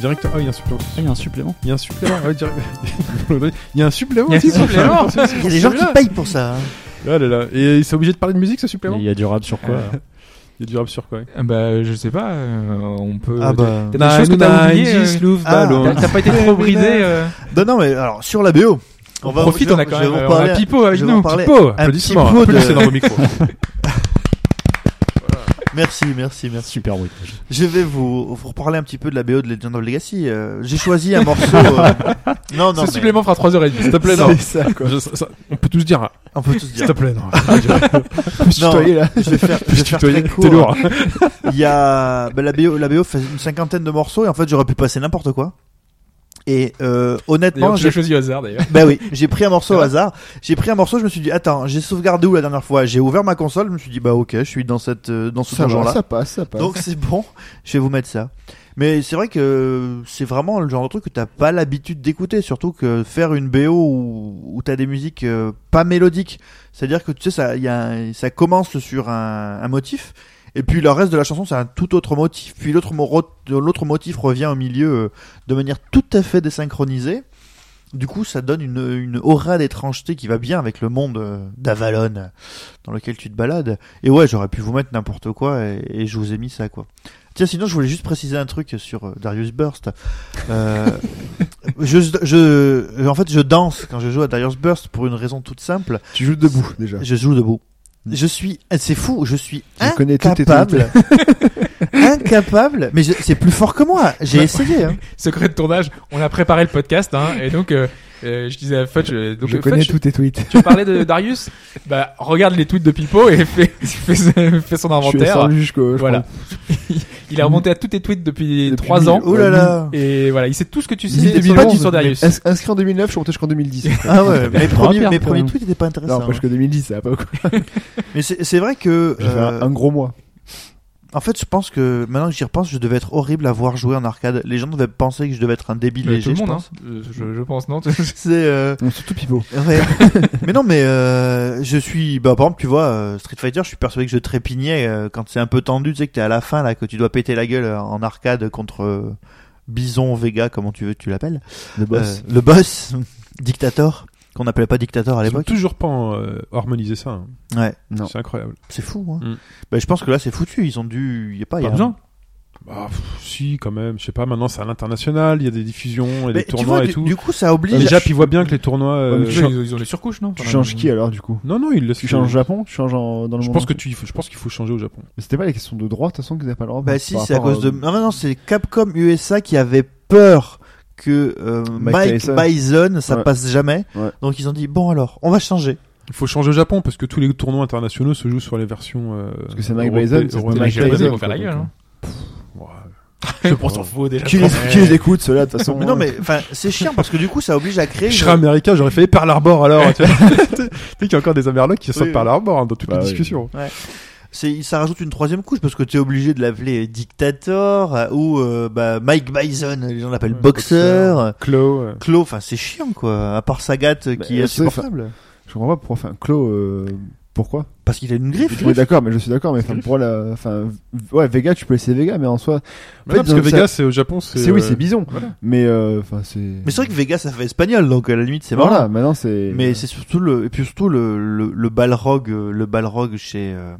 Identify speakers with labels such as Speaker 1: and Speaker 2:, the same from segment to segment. Speaker 1: Direct. Ah, il y a un supplément.
Speaker 2: il y a un supplément.
Speaker 1: Il y a un supplément. Ah, direct- Il y a un supplément
Speaker 2: Il y a
Speaker 1: aussi
Speaker 2: un
Speaker 1: sur-
Speaker 2: supplément.
Speaker 3: Il y a des gens qui payent pour ça. hein.
Speaker 1: Ah là là. Et c'est obligé de parler de musique, ce supplément
Speaker 2: Il y a du rap sur quoi
Speaker 4: Euh,
Speaker 1: Il y a du rap sur quoi ouais.
Speaker 4: Ah Bah, je sais pas, euh, on peut.
Speaker 3: Ah bah.
Speaker 4: T'as des choses que t'as oubliées,
Speaker 1: Nine Inches
Speaker 4: euh,
Speaker 1: Louvre
Speaker 3: Ah.
Speaker 1: Ballon.
Speaker 4: T'as t'as pas été trop brisé. euh,
Speaker 3: bah. Non, non, mais alors, sur la BO.
Speaker 4: On profite,
Speaker 3: je-
Speaker 4: on a
Speaker 3: je
Speaker 4: quand
Speaker 3: vais
Speaker 4: même
Speaker 3: vous
Speaker 4: euh, on
Speaker 3: parler-
Speaker 4: a Pipo avec
Speaker 3: je vais vous
Speaker 4: nous.
Speaker 3: parler-
Speaker 4: Pipo
Speaker 3: un petit
Speaker 1: Applaudissements.
Speaker 3: peu de-
Speaker 1: Applaudissez dans vos micros.
Speaker 3: Merci, merci, merci.
Speaker 2: Super bruitage.
Speaker 3: Je vais vous, vous reparler un petit peu de la BO de Legend of Legacy. euh, J'ai choisi un morceau. euh, Non,
Speaker 4: Ce
Speaker 3: non. mais-
Speaker 4: supplément fera 3h30, s'il te plaît, non.
Speaker 3: C'est ça, quoi.
Speaker 1: Je- ça- ça- on peut tous
Speaker 4: hein.
Speaker 1: dire, ah,
Speaker 3: On peut tous dire.
Speaker 1: s'il te plaît, non.
Speaker 3: Non,
Speaker 2: tutoyer, là.
Speaker 3: Je vais faire, je vais faire
Speaker 1: Tutoyer,
Speaker 3: très
Speaker 1: T'es
Speaker 3: court.
Speaker 1: lourd.
Speaker 3: Il y a bah, la BO, la BO fait une cinquantaine de morceaux et en fait j'aurais pu passer n'importe quoi. Et euh,
Speaker 4: D'ailleurs,
Speaker 3: honnêtement,
Speaker 4: tu
Speaker 3: j'ai
Speaker 4: l'as choisi au hasard d'ailleurs.
Speaker 3: bah oui, j'ai pris un morceau au hasard. J'ai pris un morceau, je me suis dit attends, j'ai sauvegardé où la dernière fois J'ai ouvert ma console, je me suis dit bah ok, je suis dans cette euh, dans ce
Speaker 5: Ça,
Speaker 3: donjon
Speaker 5: va,
Speaker 3: là.
Speaker 5: ça passe, ça passe.
Speaker 3: Donc c'est bon, je vais vous mettre ça. Mais c'est vrai que c'est vraiment le genre de truc que t'as pas l'habitude d'écouter, surtout que faire une BO où, où t'as des musiques euh, pas mélodiques, c'est-à-dire que tu sais ça, il y a un- ça commence sur un, un motif, et puis le reste de la chanson c'est un tout autre motif, puis l'autre mo- re- l'autre motif revient au milieu euh, de manière tout à fait désynchronisée. Du coup, ça donne une, une aura d'étrangeté qui va bien avec le monde euh, d'Avalon euh, dans lequel tu te balades. Et ouais, j'aurais pu vous mettre n'importe quoi et, et je vous ai mis ça quoi. Tiens, sinon je voulais juste préciser un truc sur euh, Darius Burst. Euh, je, je, en fait, je danse quand je joue à Darius Burst pour une raison toute simple.
Speaker 5: tu joues debout déjà.
Speaker 3: Je joue debout. Je suis, c'est fou, je suis
Speaker 5: Je connais tout et tout.
Speaker 3: incapable, incapable. Mais je- c'est plus fort que moi. J'ai essayé. Hein.
Speaker 4: Secret de tournage, on a préparé le podcast, hein, et donc, euh, euh, je disais à Fudge, euh, donc,
Speaker 5: je
Speaker 4: euh,
Speaker 5: connais
Speaker 4: Fudge,
Speaker 5: tous tes tweets.
Speaker 4: tu parlais de Darius, bah, regarde les tweets de Pipo et fais, fais, fais son
Speaker 5: Je suis
Speaker 4: inventaire.
Speaker 5: descendu jusqu'au. je
Speaker 4: Voilà.
Speaker 5: crois.
Speaker 4: Il est remonté à tous tes tweets depuis,
Speaker 5: Depuis
Speaker 4: 3 ans.
Speaker 3: Oh là là.
Speaker 4: Et voilà, il sait tout ce que tu
Speaker 5: Dix-
Speaker 4: sais. C'est pas
Speaker 5: 2011,
Speaker 4: du sur Darius.
Speaker 5: mais ins- Inscrit en 2009, je suis monté jusqu'en 2010.
Speaker 3: Ah ouais. Mes
Speaker 2: bien.
Speaker 3: premiers,
Speaker 2: Rapide,
Speaker 3: mes
Speaker 2: quand
Speaker 3: premiers
Speaker 2: même.
Speaker 3: tweets n'étaient pas
Speaker 5: Non,
Speaker 3: intéressants.
Speaker 5: pas jusqu'en 2010, ça va pas beaucoup.
Speaker 3: hein. Mais c'est c'est vrai que.
Speaker 5: J'ai fait
Speaker 3: euh,
Speaker 5: un, un gros mois.
Speaker 3: En fait, je pense que maintenant que j'y repense, je devais être horrible à voir jouer en arcade. Les gens devaient penser que je devais être un débile
Speaker 4: Euh, tout
Speaker 3: léger.
Speaker 4: le monde,
Speaker 3: je
Speaker 4: hein.
Speaker 3: pense.
Speaker 4: Euh, Je, je pense, non.
Speaker 3: C'est. euh,
Speaker 5: Non, surtout Pipo.
Speaker 3: ouais. mais non, mais euh, je suis. Bah, par exemple, tu vois, euh, Street Fighter, je suis persuadé que je trépignais euh, quand c'est un peu tendu. Tu sais que t'es à la fin là, que tu dois péter la gueule euh, en arcade contre euh, Bison, Vega, comment tu veux, que tu l'appelles.
Speaker 5: Le boss.
Speaker 3: Euh, le boss, Dictator, qu'on n'appelait pas Dictator à
Speaker 1: Ils ont
Speaker 3: l'époque.
Speaker 1: toujours pas euh, harmonisé ça. hein.
Speaker 3: Ouais,
Speaker 5: Non.
Speaker 1: C'est incroyable.
Speaker 3: c'est fou. Hein.
Speaker 1: Mm.
Speaker 3: Bah, je pense que là, c'est foutu. Ils ont dû. Y a
Speaker 1: Ah,
Speaker 3: pas, y a-
Speaker 1: Bah, pff, si, quand même. Je sais pas, maintenant c'est à l'international, il y a des diffusions et des
Speaker 3: Mais tu vois,
Speaker 1: tournois et
Speaker 3: du,
Speaker 1: tout.
Speaker 3: du coup, ça oblige.
Speaker 1: Les Japs, ils voient bien que les tournois. euh,
Speaker 5: Ouais, mais
Speaker 4: Ils
Speaker 5: tu changes-
Speaker 4: ont- ils ont les surcouches, non
Speaker 5: Tu changes qui alors du coup
Speaker 1: Non, non, ils laissent.
Speaker 5: Tu changes Japon Tu changes en- dans le
Speaker 1: Je
Speaker 5: monde
Speaker 1: pense que
Speaker 5: entier
Speaker 1: tu, je pense qu'il faut changer au Japon.
Speaker 5: Mais C'était pas les questions de droit de toute façon qu'ils n'avaient pas le droit.
Speaker 3: Bah
Speaker 5: par
Speaker 3: si,
Speaker 5: rapport
Speaker 3: c'est à cause de.
Speaker 5: euh,
Speaker 3: Non, non, non, c'est Capcom USA qui avait peur que euh,
Speaker 5: Mike
Speaker 3: Mike
Speaker 5: Tyson.
Speaker 3: Bison, ça
Speaker 5: Ouais.
Speaker 3: passe jamais.
Speaker 5: Ouais.
Speaker 3: Donc ils ont dit bon alors, on va changer.
Speaker 1: Il faut changer au Japon parce que tous les tournois internationaux se jouent sur les versions. euh,
Speaker 5: Parce que c'est Mike
Speaker 1: europé-
Speaker 5: Bison, c'était
Speaker 1: européennes.
Speaker 4: Les
Speaker 5: Mike
Speaker 4: Japonais
Speaker 5: Tyson,
Speaker 4: vont faire la
Speaker 5: quoi,
Speaker 4: gueule,
Speaker 5: donc,
Speaker 4: hein.
Speaker 1: Ouais.
Speaker 4: On s'en fout déjà.
Speaker 5: Qui les, qui les écoute ceux-là de toute façon hein.
Speaker 3: Mais non, mais enfin, c'est chiant parce que du coup, ça oblige à créer.
Speaker 1: Je
Speaker 3: une-
Speaker 1: serais américain, j'aurais fait Pearl Harbor alors. Tu vois Tu sais qu'il y a encore des Amerlocs qui sortent
Speaker 3: Oui,
Speaker 1: Pearl Harbor hein, dans toutes
Speaker 5: Bah
Speaker 1: les
Speaker 5: oui.
Speaker 1: discussions.
Speaker 3: C'est, ça rajoute une troisième couche parce que t'es obligé de l'appeler dictator euh, ou euh, bah, Mike Bison, les gens l'appellent
Speaker 1: Ouais,
Speaker 3: boxeur.
Speaker 1: Clo. euh,
Speaker 3: Clo, enfin c'est chiant quoi. À part Sagat euh,
Speaker 5: Bah,
Speaker 3: qui est
Speaker 5: c'est-
Speaker 3: insupportable.
Speaker 5: Je comprends pas pourquoi. Enfin, Clo, euh, pourquoi
Speaker 3: Parce qu'il a une griffe.
Speaker 5: Oui, d'accord, mais je suis d'accord, mais enfin, pour la, enfin, ouais, Vega, tu peux essayer Vega, mais en soi,
Speaker 1: Mais non,
Speaker 5: fait,
Speaker 1: parce que
Speaker 5: donc, ça-
Speaker 1: Vegas, c'est au Japon, c'est.
Speaker 5: c'est oui,
Speaker 1: euh,
Speaker 5: c'est bison,
Speaker 1: voilà.
Speaker 5: mais euh, enfin, c'est.
Speaker 3: Mais c'est vrai que Vega, ça fait espagnol, donc à la limite c'est marrant.
Speaker 5: voilà, maintenant c'est.
Speaker 3: Mais c'est surtout le et puis surtout le le, le Balrog euh, le Balrog chez euh,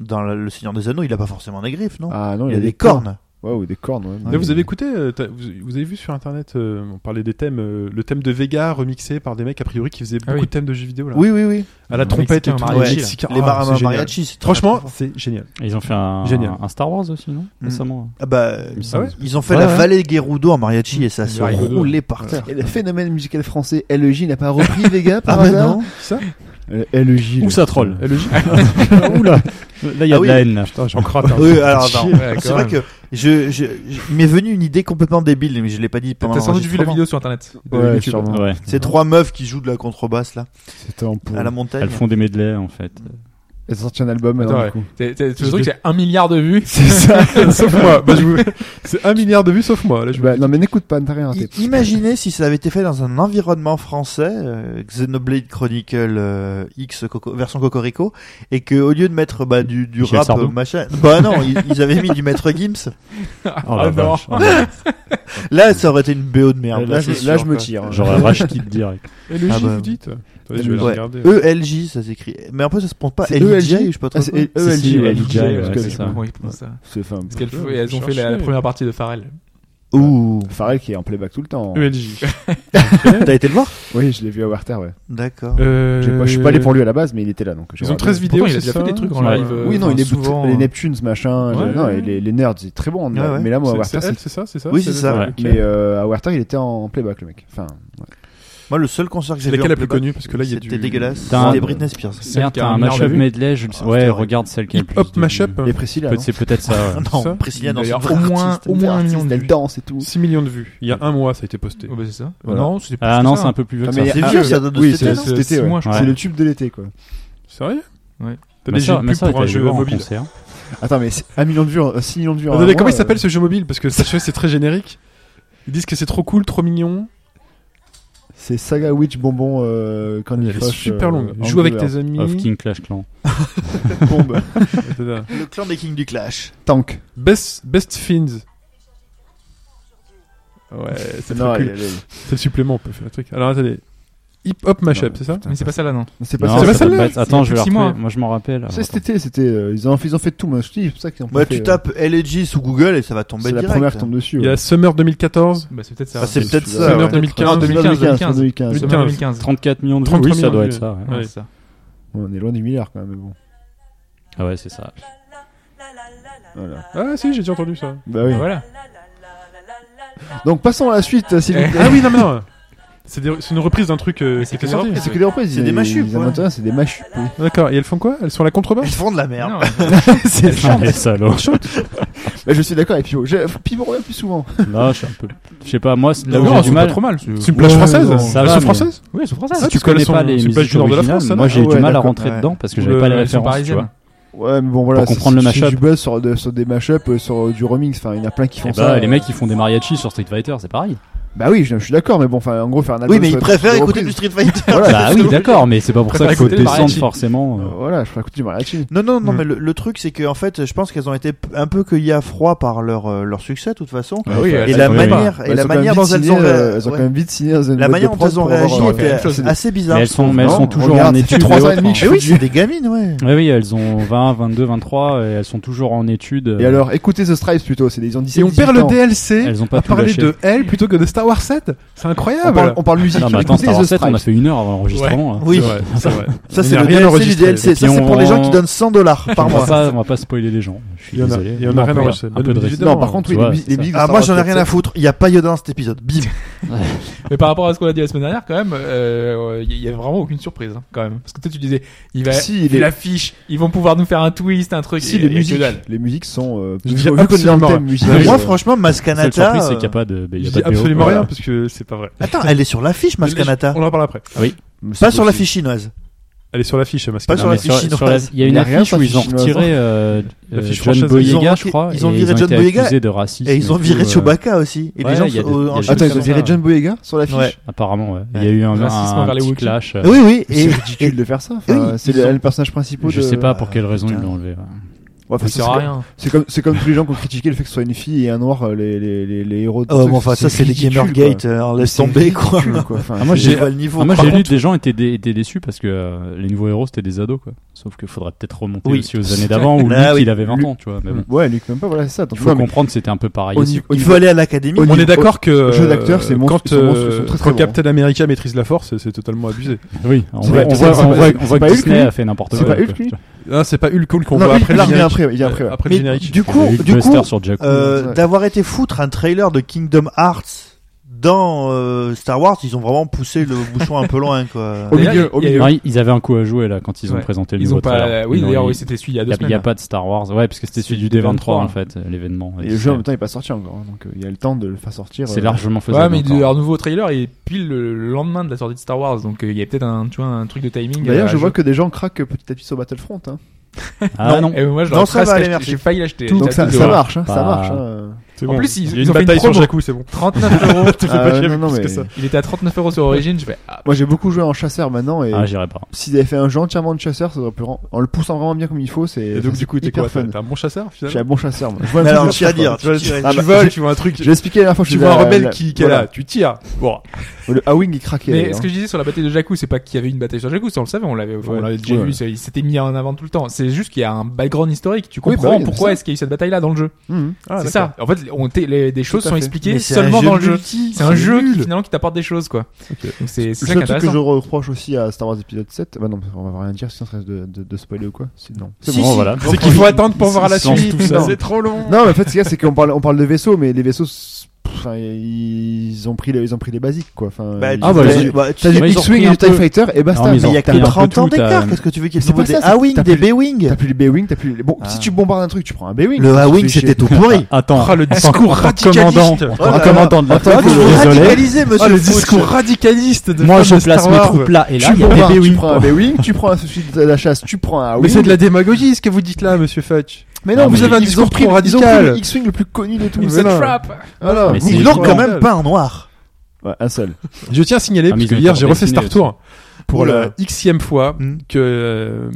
Speaker 3: dans la- le Seigneur des Anneaux, il a pas forcément des griffes, non
Speaker 5: Ah non,
Speaker 3: Il a des cornes.
Speaker 5: Ouais, ou des cornes. Ouais,
Speaker 1: Là, vous avez écouté, euh, t'as- vous, vous avez vu sur internet, euh, on parlait des thèmes, euh, le thème de Vega remixé par des mecs a priori qui faisaient
Speaker 4: Ah
Speaker 1: beaucoup
Speaker 4: oui.
Speaker 1: de thèmes de jeux vidéo là.
Speaker 3: Oui oui oui.
Speaker 1: À la
Speaker 4: Les
Speaker 1: trompette et
Speaker 4: Mexicains,
Speaker 1: tout.
Speaker 4: mariachi,
Speaker 1: les
Speaker 4: là.
Speaker 1: Mexicains.
Speaker 3: Les
Speaker 1: Ah,
Speaker 3: mar-
Speaker 1: c'est génial.
Speaker 3: mariachi, c'est très,
Speaker 1: Franchement,
Speaker 3: très fort.
Speaker 1: c'est génial.
Speaker 2: Et ils ont fait un,
Speaker 1: Génial.
Speaker 2: un Star Wars aussi, non
Speaker 3: Mm.
Speaker 2: Récemment.
Speaker 3: ah bah
Speaker 2: il me
Speaker 1: Ah
Speaker 2: semble.
Speaker 1: ouais
Speaker 3: ils ont fait
Speaker 2: Ouais,
Speaker 3: la
Speaker 2: ouais.
Speaker 3: vallée Gerudo en mariachi et ça
Speaker 4: Le
Speaker 3: se
Speaker 4: Gerudo.
Speaker 3: roulait par terre.
Speaker 5: Et le phénomène musical français
Speaker 3: E
Speaker 5: LEJ n'a pas repris Vega
Speaker 3: Ah
Speaker 5: par
Speaker 3: bah
Speaker 5: hasard
Speaker 3: non.
Speaker 1: Ça
Speaker 5: Euh, LEJ.
Speaker 2: Ou
Speaker 5: le-
Speaker 2: ça troll E
Speaker 1: Et le-
Speaker 2: Oula Là, il y a
Speaker 3: Ah oui.
Speaker 2: de la haine. là.
Speaker 1: Putain, j'en crois. t'as-
Speaker 3: Oui, alors attends.
Speaker 4: Ouais, quand
Speaker 3: C'est vrai
Speaker 4: même.
Speaker 3: que je, je, je- il m'est venue une idée complètement débile, mais je l'ai pas dit pendant
Speaker 4: T'as sans doute vu la
Speaker 3: l'enregistrement.
Speaker 4: vidéo sur internet. de
Speaker 5: Ouais,
Speaker 4: YouTube.
Speaker 5: sûrement.
Speaker 2: Ouais.
Speaker 3: Ces trois meufs qui jouent de la contrebasse là,
Speaker 5: C'était en pour.
Speaker 3: à la montagne.
Speaker 2: Elles font des medleys, en fait.
Speaker 5: Ils ont sorti un album alors,
Speaker 4: Attends,
Speaker 5: du coup.
Speaker 4: C'est- c'est- c'est
Speaker 1: Je
Speaker 4: le truc,
Speaker 1: l'ai-
Speaker 4: c'est un milliard de vues.
Speaker 1: C'est ça, sauf moi. Bah, je vous- C'est un milliard de vues sauf moi. Là, je
Speaker 5: Bah, non mais n'écoute pas, t'as rien raté.
Speaker 3: I- Imaginez si ça avait été fait dans un environnement français, euh, Xenoblade Chronicle euh, X coco- version Cocorico, et que au lieu de mettre bah, du, du
Speaker 2: Michel
Speaker 3: rap
Speaker 2: Sardou.
Speaker 3: euh, machin, bah non, ils, ils avaient mis du maître Gims.
Speaker 2: Oh la
Speaker 4: Ah, non.
Speaker 2: vache. Ah, non.
Speaker 3: Là, ça aurait été une BO de merde.
Speaker 5: Euh, Là,
Speaker 3: c'est
Speaker 5: je, là,
Speaker 3: sûr,
Speaker 5: je me
Speaker 3: quoi.
Speaker 5: tire.
Speaker 2: J'aurais racheté direct.
Speaker 1: Et le
Speaker 3: Ah
Speaker 1: J,
Speaker 3: bah.
Speaker 1: vous dites Attendez, je vais le
Speaker 3: Ouais.
Speaker 1: regarder.
Speaker 3: ELJ, E ça s'écrit. Mais en plus, ça se prononce pas
Speaker 5: C'est
Speaker 3: LJ,
Speaker 5: ELJ?
Speaker 3: je sais pas trop.
Speaker 5: Ah, c'est
Speaker 3: quoi.
Speaker 5: E- ELJ,
Speaker 2: Si, si,
Speaker 5: ouais,
Speaker 2: LJ,
Speaker 5: DJ,
Speaker 2: ouais,
Speaker 5: parce
Speaker 2: c'est
Speaker 5: que-
Speaker 2: ça.
Speaker 4: Oui, pour ça.
Speaker 5: C'est enfin,
Speaker 4: Parce qu'elles
Speaker 1: Je
Speaker 4: font-
Speaker 1: vais
Speaker 4: elles ont fait la
Speaker 1: chercher.
Speaker 4: première partie de Pharrell.
Speaker 3: Ouh,
Speaker 5: Pharrell qui est en playback tout le temps.
Speaker 1: ELJ.
Speaker 3: t'as été le voir
Speaker 5: Oui, je l'ai vu à Werther, ouais.
Speaker 3: D'accord.
Speaker 1: Euh,
Speaker 5: J'ai pas- Je suis pas allé pour lui à la base, mais il était là donc. j'ai
Speaker 1: Ils ont
Speaker 5: regardé.
Speaker 1: 13 vidéos.
Speaker 4: Pourtant, il a
Speaker 1: c'est
Speaker 4: déjà
Speaker 1: ça
Speaker 4: fait des trucs en
Speaker 1: Ouais.
Speaker 4: live, euh,
Speaker 5: Oui, non,
Speaker 4: enfin,
Speaker 5: il est
Speaker 4: souvent,
Speaker 5: les
Speaker 4: euh,
Speaker 5: Neptunes, machin.
Speaker 1: Ouais,
Speaker 5: le- non,
Speaker 1: ouais.
Speaker 5: et les, les nerds, c'est très bon.
Speaker 3: Ouais, ouais.
Speaker 5: Mais là, moi, à
Speaker 1: C'est- C'est
Speaker 5: Werther, c'est.
Speaker 1: elle, c'est ça, c'est ça.
Speaker 3: Oui, c'est ça.
Speaker 5: Ouais.
Speaker 1: ok.
Speaker 5: Mais euh, à Werther, il était en playback, le mec. Enfin,
Speaker 3: Moi, le seul concert que j'ai
Speaker 1: C'est
Speaker 3: vu.
Speaker 1: laquelle
Speaker 3: en
Speaker 1: la plus
Speaker 3: playback,
Speaker 1: connue Parce que là, il y a du.
Speaker 3: C'était dégueulasse.
Speaker 2: T'as
Speaker 3: C'était
Speaker 2: un-
Speaker 3: Britney Spears.
Speaker 4: Celle
Speaker 2: Merde,
Speaker 4: qui a
Speaker 2: t'as un
Speaker 4: un milliard
Speaker 2: mashup
Speaker 4: de vues.
Speaker 2: medley, je le sais.
Speaker 3: Ah,
Speaker 2: Ouais,
Speaker 3: putain,
Speaker 2: regarde celle qui a le plus.
Speaker 1: Hip-hop
Speaker 2: de-
Speaker 1: mashup. hein.
Speaker 5: les Priscilla.
Speaker 2: Peut- C'est peut-être ça. ouais.
Speaker 1: ça
Speaker 3: Non, Priscilla, non,
Speaker 4: D'ailleurs,
Speaker 3: c'est
Speaker 4: au
Speaker 3: vrai
Speaker 4: moins,
Speaker 3: artiste.
Speaker 4: au moins un million de
Speaker 5: Elle
Speaker 4: vues.
Speaker 5: danse et tout.
Speaker 1: 6 millions de vues. Il y a un mois, ça a été posté.
Speaker 4: Oh, bah, c'est ça.
Speaker 5: Voilà.
Speaker 4: Non, c'était pas
Speaker 2: Ah non,
Speaker 4: ça. hein.
Speaker 2: c'est un peu plus vieux que
Speaker 5: Ah,
Speaker 2: ça.
Speaker 5: mais
Speaker 3: C'est
Speaker 5: il y a-
Speaker 3: vieux,
Speaker 5: ah,
Speaker 3: ça date de
Speaker 5: oui,
Speaker 3: cet été,
Speaker 5: c'est-
Speaker 3: non
Speaker 5: c'est
Speaker 4: Six
Speaker 5: l'été, ouais.
Speaker 4: mois, je
Speaker 2: Ouais.
Speaker 5: C'est le tube de l'été, quoi.
Speaker 1: Sérieux
Speaker 4: Ouais.
Speaker 1: T'as déjà une pub pour un jeu mobile.
Speaker 2: concert.
Speaker 5: Attends, mais c'est 1 million de vues, en- euh, 6 millions de vues. en un
Speaker 1: Attendez,
Speaker 5: mois,
Speaker 1: comment il
Speaker 5: euh,
Speaker 1: s'appelle ce jeu mobile Parce que ça, je sais, c'est très générique. Ils disent que c'est trop cool, trop mignon.
Speaker 5: euh, C'est Saga Witch Bonbon euh, Candy
Speaker 1: Elle est
Speaker 5: Crush,
Speaker 1: super
Speaker 5: euh,
Speaker 1: longue.
Speaker 5: Angry
Speaker 1: Joue avec
Speaker 5: Birds.
Speaker 1: tes amis.
Speaker 2: Of King Clash Clan.
Speaker 5: Bombe.
Speaker 1: Etc.
Speaker 3: Le clan des Kings du Clash.
Speaker 5: Tank.
Speaker 1: Best, best Fins. Ouais, c'est
Speaker 5: Non,
Speaker 1: très cool.
Speaker 5: elle- elle-
Speaker 1: C'est le supplément, on peut faire un truc. Alors attendez. Hip Hop Mashup,
Speaker 5: Non,
Speaker 1: c'est ça
Speaker 5: putain.
Speaker 4: Mais c'est pas ça là, non.
Speaker 5: Bah, C'est
Speaker 2: Non,
Speaker 5: pas
Speaker 1: c'est
Speaker 5: ça.
Speaker 1: pas
Speaker 2: ça doit
Speaker 1: celle-là.
Speaker 2: être- Attends,
Speaker 4: C'est
Speaker 2: je vais la
Speaker 4: six mois.
Speaker 2: retrouver. Moi, je m'en rappelle.
Speaker 5: C'est cet été, c'était. euh, Ils ont fait ils ont fait tout, moi je dis, c'est pour ça qu'ils ont pas
Speaker 3: Bah, tu
Speaker 5: fait, euh,
Speaker 3: tapes LG sous Google et ça va tomber
Speaker 5: C'est la
Speaker 3: direct.
Speaker 5: première qui tombe dessus.
Speaker 1: Il y a Summer 2014.
Speaker 4: Bah, c'est peut-être ça.
Speaker 3: Ah, c'est
Speaker 4: ouais.
Speaker 3: peut-être
Speaker 5: celui-là.
Speaker 3: ça.
Speaker 1: Summer
Speaker 3: ouais.
Speaker 1: 2015.
Speaker 4: Ah, 2015, 2015.
Speaker 5: 2015.
Speaker 4: Summer
Speaker 1: 2015.
Speaker 4: 2015.
Speaker 2: 34 millions de vues.
Speaker 1: 33
Speaker 2: Oui, ça
Speaker 1: millions
Speaker 2: doit
Speaker 1: de
Speaker 2: être
Speaker 1: vues.
Speaker 2: ça. ouais.
Speaker 4: Ouais,
Speaker 1: Ouais.
Speaker 4: c'est ça.
Speaker 5: On est loin du milliard quand même, mais bon.
Speaker 2: Ah ouais, c'est ça.
Speaker 5: Voilà.
Speaker 1: Ah si, j'ai déjà entendu ça.
Speaker 5: Bah oui.
Speaker 4: Voilà.
Speaker 5: Donc passons à la suite, euh, s'il vous plaît.
Speaker 1: Ah oui, non, mais non. C'est des- c'est une reprise d'un truc euh, qui était sorti. Ah,
Speaker 5: C'est que des reprises,
Speaker 3: C'est
Speaker 5: ils-
Speaker 3: des mashupes,
Speaker 5: ils
Speaker 3: ouais.
Speaker 5: inventent rien, C'est des mashupes. oui.
Speaker 1: D'accord, et elles font quoi Elles sont à la contrebasse
Speaker 3: Ils font de la merde.
Speaker 4: Non,
Speaker 5: C'est
Speaker 2: Ah, les salauds.
Speaker 5: Bah, je suis d'accord avec Pivot. Je- Pivot revient plus souvent.
Speaker 2: Là, je suis un peu. Je sais pas, moi, c'est là où
Speaker 4: Non,
Speaker 2: j'ai
Speaker 4: c'est
Speaker 2: du
Speaker 4: pas
Speaker 2: mal.
Speaker 4: trop mal.
Speaker 1: C'est une plage
Speaker 5: Ouais,
Speaker 1: française
Speaker 5: non,
Speaker 2: ça
Speaker 1: Elles
Speaker 2: va,
Speaker 1: sont
Speaker 2: mais-
Speaker 1: françaises
Speaker 4: Oui, c'est pour ça.
Speaker 1: Ah,
Speaker 2: Si tu
Speaker 1: parce qu'elles
Speaker 2: connais
Speaker 1: sont-
Speaker 2: pas les
Speaker 1: c'est pas
Speaker 2: musiques
Speaker 1: du nord de la
Speaker 2: originales,
Speaker 1: France, ça, non
Speaker 2: moi j'ai
Speaker 5: Ah
Speaker 2: du
Speaker 5: ouais,
Speaker 2: mal à
Speaker 5: d'accord,
Speaker 2: rentrer
Speaker 3: ouais.
Speaker 2: dedans parce que
Speaker 1: Ou
Speaker 2: j'avais
Speaker 1: le-
Speaker 2: pas les
Speaker 1: elles sont
Speaker 2: références, tu
Speaker 4: parisiennes.
Speaker 2: vois.
Speaker 5: Ouais, mais bon, voilà.
Speaker 2: Pour
Speaker 5: c'est-
Speaker 2: comprendre le
Speaker 5: c'est- c'est
Speaker 2: mashup.
Speaker 5: du buzz sur, de- sur des mashups, euh, sur euh, du remix. Enfin, il y en a plein qui font
Speaker 2: Et
Speaker 5: ça.
Speaker 2: bah, les mecs ils font des mariachis sur Street Fighter, c'est pareil.
Speaker 5: Bah oui, je, je suis d'accord, mais bon, enfin, en gros, faire un album.
Speaker 3: Oui, mais
Speaker 5: sur
Speaker 3: ils
Speaker 5: des-
Speaker 3: préfèrent
Speaker 5: des
Speaker 3: écouter du
Speaker 5: reprises.
Speaker 3: Street Fighter.
Speaker 5: Voilà,
Speaker 2: Bah oui, d'accord, mais c'est pas pour
Speaker 4: Préfère
Speaker 2: ça qu'il faut
Speaker 4: écouter les
Speaker 2: descendre
Speaker 4: mariachis.
Speaker 2: forcément.
Speaker 5: Euh,
Speaker 2: euh.
Speaker 5: Voilà, je ferai écouter du mariachi.
Speaker 3: Non, non, non,
Speaker 1: Mm.
Speaker 3: mais le, le truc, c'est que en fait, je pense qu'elles ont été p- un peu cueillies à froid par leur, euh, leur succès, de toute façon.
Speaker 2: Ouais,
Speaker 4: oui,
Speaker 2: bah,
Speaker 4: elles
Speaker 3: Et
Speaker 2: ça,
Speaker 3: la
Speaker 2: oui, oui.
Speaker 3: manière, et
Speaker 5: Elles ont
Speaker 3: la
Speaker 5: quand même
Speaker 3: manière dont
Speaker 5: vite
Speaker 3: elles
Speaker 5: signé,
Speaker 3: ont, ré-
Speaker 5: euh, Elles ont
Speaker 3: ouais.
Speaker 5: quand même vite signé. dans une
Speaker 3: la
Speaker 5: boîte de
Speaker 3: manière dont
Speaker 5: prod
Speaker 3: elles ont
Speaker 5: pour avoir,
Speaker 3: réagi
Speaker 5: euh,
Speaker 4: fait la même chose.
Speaker 3: était assez bizarre.
Speaker 2: Mais elles
Speaker 3: je
Speaker 2: sont,
Speaker 3: trouve,
Speaker 2: mais elles
Speaker 3: non
Speaker 2: sont
Speaker 5: on
Speaker 2: toujours en
Speaker 5: regarde, ça fait
Speaker 2: études.
Speaker 5: trois ans et
Speaker 2: autres,
Speaker 5: demi que
Speaker 2: hein.
Speaker 5: je
Speaker 3: Mais oui,
Speaker 5: Dieu.
Speaker 3: c'est des gamines, ouais.
Speaker 2: Oui, oui, elles ont 20, 22, 23 et elles sont toujours en études.
Speaker 5: Et alors, écoutez The Stripes plutôt. C'est des ils ont 17,
Speaker 1: Et on
Speaker 5: 18
Speaker 1: perd le
Speaker 5: ans.
Speaker 1: DLC
Speaker 2: Elles ont pas
Speaker 1: à
Speaker 2: tout
Speaker 1: parler
Speaker 2: lâché.
Speaker 1: de elle plutôt que de Star Wars 7 C'est
Speaker 5: On parle,
Speaker 1: incroyable
Speaker 5: on parle musique.
Speaker 2: Non, mais attends,
Speaker 5: écoutez
Speaker 2: Star Wars
Speaker 5: The
Speaker 2: 7, on a
Speaker 5: Stripes.
Speaker 2: fait une heure avant l'enregistrement. là.
Speaker 3: Oui.
Speaker 1: C'est vrai, c'est vrai.
Speaker 3: Ça,
Speaker 1: On
Speaker 3: c'est
Speaker 1: n'a
Speaker 3: le
Speaker 1: rien
Speaker 3: DLC du
Speaker 1: enregistré.
Speaker 3: DLC. Ça,
Speaker 2: Et puis
Speaker 3: c'est
Speaker 2: on
Speaker 3: pour les gens
Speaker 2: vend-
Speaker 3: qui donnent 100 dollars par
Speaker 2: On va
Speaker 3: mois.
Speaker 2: pas- on va pas spoiler les gens. Je suis
Speaker 1: Il y en a-
Speaker 2: désolé.
Speaker 1: il y en a
Speaker 2: Non,
Speaker 1: rien
Speaker 2: après,
Speaker 1: enregistré.
Speaker 2: Un peu de
Speaker 1: Non,
Speaker 2: respect.
Speaker 5: Non, par contre, oui,
Speaker 2: Tu vois,
Speaker 5: les mu-
Speaker 2: c'est
Speaker 5: les
Speaker 2: ça.
Speaker 5: musiques. de
Speaker 3: Ah,
Speaker 5: Star
Speaker 3: moi,
Speaker 5: Wars,
Speaker 3: j'en ai rien à
Speaker 5: peut-être,
Speaker 3: foutre. Il y a pas Yoda dans cet épisode. Bim.
Speaker 4: Mais par rapport à ce qu'on a dit la semaine dernière, quand même, euh, il y a vraiment aucune surprise, hein, quand même. Parce que toi, tu disais, il va,
Speaker 5: Si,
Speaker 4: tu
Speaker 5: les-
Speaker 4: l'affiches, ils vont pouvoir nous faire un twist, un truc.
Speaker 5: Si
Speaker 4: et-
Speaker 5: les
Speaker 4: et que
Speaker 5: musiques,
Speaker 4: dalle.
Speaker 5: les musiques sont. euh,
Speaker 1: Je
Speaker 5: vu
Speaker 1: dirais
Speaker 5: qu'on est dans
Speaker 1: absolument
Speaker 5: le
Speaker 1: rien.
Speaker 5: thème musique.
Speaker 3: Mais
Speaker 5: euh,
Speaker 3: moi, franchement,
Speaker 2: La seule
Speaker 3: Mascanata.
Speaker 2: surprise, c'est qu'il n'y
Speaker 3: euh,
Speaker 2: a pas de. il y
Speaker 1: Je
Speaker 2: a
Speaker 1: dis
Speaker 2: pas de BO.
Speaker 1: absolument
Speaker 5: Voilà.
Speaker 1: rien parce que c'est pas vrai.
Speaker 3: Attends, elle est sur l'affiche, Mascanata.
Speaker 1: On en parle après.
Speaker 5: c'est
Speaker 3: Pas sur
Speaker 5: possible.
Speaker 3: l'affiche chinoise.
Speaker 1: Elle est Ah, sur l'affiche, Mascara.
Speaker 3: Pas
Speaker 2: Non,
Speaker 3: sur
Speaker 2: mais
Speaker 3: l'affiche chinoise.
Speaker 2: Il y a
Speaker 5: Il y
Speaker 2: une
Speaker 5: a rien
Speaker 2: affiche
Speaker 5: sur
Speaker 2: où
Speaker 5: la
Speaker 2: ils ont
Speaker 5: fiche chinoise.
Speaker 2: retiré euh, euh,
Speaker 1: L'affiche
Speaker 2: John
Speaker 1: française.
Speaker 3: Ils ont
Speaker 2: Boyega,
Speaker 3: raté-
Speaker 2: je crois.
Speaker 3: ils ont
Speaker 2: et
Speaker 3: viré
Speaker 2: ils
Speaker 3: John
Speaker 2: été
Speaker 3: Boyega
Speaker 2: accusés de racisme.
Speaker 3: Et ils ont
Speaker 2: tout,
Speaker 3: viré
Speaker 2: euh,
Speaker 3: Chewbacca aussi. Et
Speaker 2: ouais,
Speaker 3: les gens
Speaker 2: il y a
Speaker 3: sont-
Speaker 2: des-
Speaker 3: au-
Speaker 2: il y a
Speaker 3: en
Speaker 2: des-
Speaker 5: Attends,
Speaker 3: Chine.
Speaker 5: ils ont viré John Boyega sur l'affiche.
Speaker 3: Ouais.
Speaker 2: Apparemment, ouais. Il y a eu un,
Speaker 4: Racisme
Speaker 2: un
Speaker 4: envers les
Speaker 2: petit
Speaker 4: Wookiees.
Speaker 2: clash. euh,
Speaker 3: Ah Oui, oui.
Speaker 5: C'est
Speaker 3: Et
Speaker 5: ridicule de faire ça. Enfin,
Speaker 3: Oui,
Speaker 5: c'est
Speaker 3: ils
Speaker 5: le,
Speaker 3: ont-
Speaker 5: le personnage principal.
Speaker 2: Je
Speaker 5: de-
Speaker 2: sais pas pour quelle raison
Speaker 3: putain.
Speaker 2: ils l'ont enlevé. ouais.
Speaker 5: Ouais, enfin,
Speaker 4: Ça
Speaker 5: c'est-
Speaker 4: sert à rien.
Speaker 5: C'est comme, c'est comme tous les gens qui ont critiqué le fait que ce soit une fille et un noir euh, les, les, les, les héros. de
Speaker 3: Oh,
Speaker 5: trucs.
Speaker 3: bon, enfin, ça, c'est les
Speaker 5: ridicule,
Speaker 3: Gamergate.
Speaker 5: quoi.
Speaker 3: euh, Laisse
Speaker 5: C'est
Speaker 3: tomber, quoi.
Speaker 5: ridicule, quoi. Enfin,
Speaker 2: Ah, moi,
Speaker 5: c'est-
Speaker 2: J'ai-
Speaker 3: Je vois le niveau.
Speaker 2: Ah, moi
Speaker 3: Par
Speaker 2: j'ai lu
Speaker 3: contre,
Speaker 2: des gens étaient, dé- étaient déçus parce que euh, les nouveaux héros c'était des ados quoi. Sauf qu'il faudrait peut-être remonter
Speaker 3: Oui.
Speaker 2: aussi aux années d'avant où
Speaker 3: Ah
Speaker 2: Luke
Speaker 3: oui.
Speaker 2: il avait 20
Speaker 5: Luke-
Speaker 2: ans tu vois. Mais bon,
Speaker 5: Ouais, Luke, même pas, voilà, c'est ça.
Speaker 2: il faut comprendre que c'était un peu pareil.
Speaker 5: Mm. au
Speaker 2: aussi.
Speaker 5: niveau, au
Speaker 3: Il
Speaker 5: niveau-
Speaker 3: faut aller à l'académie.
Speaker 5: au
Speaker 1: On
Speaker 5: niveau-
Speaker 1: est d'accord que
Speaker 5: jeu
Speaker 1: euh,
Speaker 5: d'acteur, c'est monstre,
Speaker 1: quand,
Speaker 5: ils sont monstres, ils sont très, très
Speaker 1: quand
Speaker 5: bons.
Speaker 1: Captain America maîtrise la force, c'est- c'est totalement abusé.
Speaker 2: Oui, on
Speaker 5: C'est
Speaker 2: voit,
Speaker 5: pas-
Speaker 2: on
Speaker 5: c'est
Speaker 2: voit,
Speaker 5: pas-
Speaker 2: on voit-
Speaker 5: c'est
Speaker 2: on voit
Speaker 5: pas
Speaker 2: que
Speaker 5: Hulk,
Speaker 2: Disney
Speaker 5: lui
Speaker 2: a fait n'importe
Speaker 5: C'est
Speaker 2: quoi.
Speaker 5: pas Hulk,
Speaker 2: quoi.
Speaker 5: lui
Speaker 1: Hein, c'est pas Hulk Hulk qu'on
Speaker 5: Non,
Speaker 1: voit
Speaker 5: Hulk,
Speaker 1: après
Speaker 5: il
Speaker 1: le
Speaker 5: revient
Speaker 1: générique.
Speaker 5: après, il revient après, ouais.
Speaker 1: Après le
Speaker 3: Mais
Speaker 1: générique.
Speaker 3: du
Speaker 2: Il y
Speaker 3: coup,
Speaker 2: avait
Speaker 3: du coup,
Speaker 2: Hulkbuster sur Jack.
Speaker 3: euh,
Speaker 5: Ouais.
Speaker 3: d'avoir été foutre un trailer de Kingdom Hearts dans euh, Star Wars, ils ont vraiment poussé le bouchon un peu loin, quoi. Euh,
Speaker 5: Au
Speaker 4: Et là,
Speaker 5: milieu, au
Speaker 4: il y a
Speaker 5: milieu.
Speaker 2: Non, ils- ils avaient un coup à jouer là quand ils ont
Speaker 4: Ouais.
Speaker 2: présenté le
Speaker 4: Ils
Speaker 2: nouveau
Speaker 4: ont pas,
Speaker 2: trailer.
Speaker 4: oui,
Speaker 2: Ils ont
Speaker 4: d'ailleurs,
Speaker 2: dit,
Speaker 4: oui, c'était celui il y a deux
Speaker 2: Il
Speaker 4: semaines.
Speaker 2: n'y a, pas de Star Wars, ouais, parce que c'était
Speaker 4: C'est
Speaker 2: celui
Speaker 4: du
Speaker 2: du D23
Speaker 4: hein.
Speaker 2: en fait, euh, l'événement.
Speaker 5: Et le jeu en même temps est pas sorti encore, hein, donc euh, il y a le temps de le faire sortir.
Speaker 2: C'est
Speaker 5: euh,
Speaker 2: largement faisable.
Speaker 4: Ouais, mais
Speaker 2: encore.
Speaker 4: leur nouveau trailer il est pile le le lendemain de la sortie de Star Wars, donc euh, il y a peut-être un, tu vois, un truc de timing.
Speaker 5: D'ailleurs,
Speaker 4: euh,
Speaker 5: je vois que des gens craquent petit à petit sur Battlefront. hein.
Speaker 2: Ah non.
Speaker 4: Et moi, je
Speaker 3: Non,
Speaker 4: l'aurais
Speaker 3: ça va
Speaker 4: presque
Speaker 3: aller,
Speaker 4: acheté.
Speaker 3: merci.
Speaker 4: J'ai failli l'acheter.
Speaker 5: Donc ça,
Speaker 4: J'avoue
Speaker 5: ça
Speaker 4: que-
Speaker 5: marche, hein, ça
Speaker 2: Bah.
Speaker 5: marche. hein.
Speaker 1: C'est
Speaker 4: En
Speaker 1: bon.
Speaker 4: plus, ils-
Speaker 1: Il y a
Speaker 4: ils
Speaker 1: une
Speaker 4: ont fait une
Speaker 1: bataille sur
Speaker 4: promo.
Speaker 1: Jakku, c'est bon.
Speaker 4: 39 euros.
Speaker 1: J'ai pas
Speaker 5: Euh,
Speaker 1: jamais
Speaker 5: non, non,
Speaker 1: plus que
Speaker 5: mais-
Speaker 1: ça.
Speaker 4: Il était à 39 euros sur Origin. Je fais, ah,
Speaker 5: Moi, j'ai beaucoup joué en chasseur maintenant et
Speaker 2: Ah, j'irai pas.
Speaker 5: s'ils avaient fait un jeu entièrement de chasseur, ça aurait pu rend- en le poussant vraiment bien comme il faut, c'est
Speaker 1: Et donc, du coup, t'es
Speaker 5: hyper
Speaker 1: quoi
Speaker 5: fun.
Speaker 1: T'es un bon chasseur
Speaker 5: Je suis
Speaker 1: finalement
Speaker 5: un bon chasseur. Moi. Je vois un
Speaker 3: Mais
Speaker 5: truc,
Speaker 3: alors,
Speaker 5: je
Speaker 3: tu vas
Speaker 5: tire, quoi.
Speaker 3: dire, tu- tu-
Speaker 1: Tu
Speaker 5: Ah bah,
Speaker 1: voles, tu vois un truc.
Speaker 5: J'ai expliqué la dernière fois. je
Speaker 1: Tu
Speaker 5: faisais
Speaker 1: vois un
Speaker 5: la-
Speaker 1: rebelle
Speaker 5: la-
Speaker 1: qui qui est
Speaker 5: voilà.
Speaker 1: là, tu tires. Bon,
Speaker 5: Le Hawing il craquait.
Speaker 4: Mais
Speaker 5: hein.
Speaker 4: ce que je disais sur la bataille de Jakku, c'est pas qu'il y avait une bataille sur Jakku, ça on le savait, on l'avait enfin, on
Speaker 5: Ouais.
Speaker 4: l'avait déjà
Speaker 5: Ouais.
Speaker 4: vu, c'est- il s'était mis en avant tout le temps. C'est juste qu'il y a un background historique, tu
Speaker 5: Oui, bah
Speaker 4: comprends
Speaker 5: oui,
Speaker 4: pourquoi
Speaker 5: c'est ça.
Speaker 4: est-ce qu'il y a eu cette bataille-là dans le jeu.
Speaker 5: Mhm.
Speaker 1: Ah,
Speaker 4: c'est
Speaker 1: d'accord.
Speaker 4: ça. En fait, on t'est- les- des choses
Speaker 5: Tout à
Speaker 4: sont
Speaker 5: fait.
Speaker 4: expliquées
Speaker 3: Mais c'est
Speaker 4: seulement
Speaker 3: un
Speaker 4: dans
Speaker 3: jeu
Speaker 4: le jeu.
Speaker 3: multi,
Speaker 4: C'est un jeu qui,
Speaker 3: nul.
Speaker 4: finalement qui t'apporte des choses, quoi.
Speaker 1: Ok.
Speaker 4: Donc c'est c'est
Speaker 5: Le
Speaker 4: ça
Speaker 5: seul
Speaker 4: qui est
Speaker 5: truc que je
Speaker 4: intéressant.
Speaker 5: reproche aussi à Star Wars épisode 7, bah non, on va rien dire sinon ça risque de, de, de spoiler ou quoi. C'est non.
Speaker 2: C'est bon, voilà.
Speaker 1: C'est qu'il faut attendre pour
Speaker 2: Ils
Speaker 1: voir la
Speaker 2: se lancent
Speaker 1: suite.
Speaker 2: tout
Speaker 1: ça,
Speaker 5: ça.
Speaker 1: C'est trop long.
Speaker 5: Non, mais en fait, ce qu'il y a, c'est qu'on parle, on parle de vaisseaux, mais les vaisseaux, s- pff, enfin, ils ont pris, les, ils ont pris les basiques, quoi. Enfin,
Speaker 3: Bah,
Speaker 5: ils-
Speaker 2: Ah, bah,
Speaker 5: t'as-
Speaker 2: les-
Speaker 3: tu- bah, tu-
Speaker 5: t'as du
Speaker 2: Ouais, ils ont
Speaker 5: X-wing
Speaker 2: repris
Speaker 5: et
Speaker 2: un
Speaker 5: du TIE
Speaker 2: peu.
Speaker 5: Fighter, et
Speaker 2: Non,
Speaker 5: basta.
Speaker 2: mais ils
Speaker 3: Mais il y
Speaker 2: ont
Speaker 3: a que
Speaker 2: repris un peu
Speaker 3: 30 ans
Speaker 2: tout, t'as-
Speaker 3: d'écart. Qu'est-ce que tu veux qu'ils
Speaker 5: C'est pas
Speaker 3: envoient des
Speaker 5: ça, c'est-
Speaker 3: A-Wing,
Speaker 5: t'as
Speaker 3: des
Speaker 5: plus les-
Speaker 3: B-Wing
Speaker 5: T'as plus les B-wing, E t'as plus les... Bon,
Speaker 2: Ah.
Speaker 5: si tu bombardes un truc, tu prends un B-wing.
Speaker 3: Le A-Wing,
Speaker 5: Tu fais
Speaker 3: c'était
Speaker 5: chier.
Speaker 3: tout pourri.
Speaker 2: Attends,
Speaker 1: Ah, le
Speaker 2: en tant-
Speaker 1: discours
Speaker 2: en tant que
Speaker 1: radicaliste.
Speaker 2: commandant,
Speaker 1: Oh
Speaker 2: en
Speaker 3: là
Speaker 2: tant
Speaker 3: là.
Speaker 2: que commandant de la
Speaker 3: Ah,
Speaker 2: flotte,
Speaker 3: vous vous
Speaker 2: désolé, Oh,
Speaker 3: radicalisez,
Speaker 1: Ah,
Speaker 3: monsieur
Speaker 1: le
Speaker 3: Fouch.
Speaker 1: discours radicaliste de
Speaker 2: moi
Speaker 1: fan
Speaker 2: je
Speaker 1: de
Speaker 2: place
Speaker 1: Star
Speaker 2: mes
Speaker 1: Wars.
Speaker 2: troupes là et là,
Speaker 5: Tu
Speaker 2: il y a
Speaker 5: bombardes,
Speaker 2: des
Speaker 5: tu
Speaker 2: B-Wing.
Speaker 5: prends un B-wing, tu prends un fusil de la chasse, tu prends un
Speaker 1: Mais c'est
Speaker 5: wing.
Speaker 1: de la démagogie ce que vous dites là, monsieur Fudge.
Speaker 5: Mais
Speaker 2: Non,
Speaker 5: non,
Speaker 2: mais
Speaker 5: vous avez un
Speaker 1: ils ont
Speaker 5: discours
Speaker 1: pris-
Speaker 5: trop
Speaker 1: ils ont pris
Speaker 5: radical.
Speaker 1: le
Speaker 5: X-wing le plus connu de tous.
Speaker 4: It's a trap.
Speaker 5: Voilà.
Speaker 2: Mais c'est-
Speaker 3: Ils l'ont quand
Speaker 1: incroyable.
Speaker 3: même pas en noir.
Speaker 5: Ouais, un seul.
Speaker 1: Je tiens à signaler,
Speaker 2: Ah,
Speaker 1: parce
Speaker 2: mais
Speaker 1: que
Speaker 2: ils ont
Speaker 1: hier
Speaker 2: été
Speaker 1: j'ai refait
Speaker 2: redessinés
Speaker 1: Star Tour pour
Speaker 3: Oula.
Speaker 1: la xème fois
Speaker 3: Hmm.
Speaker 1: que euh,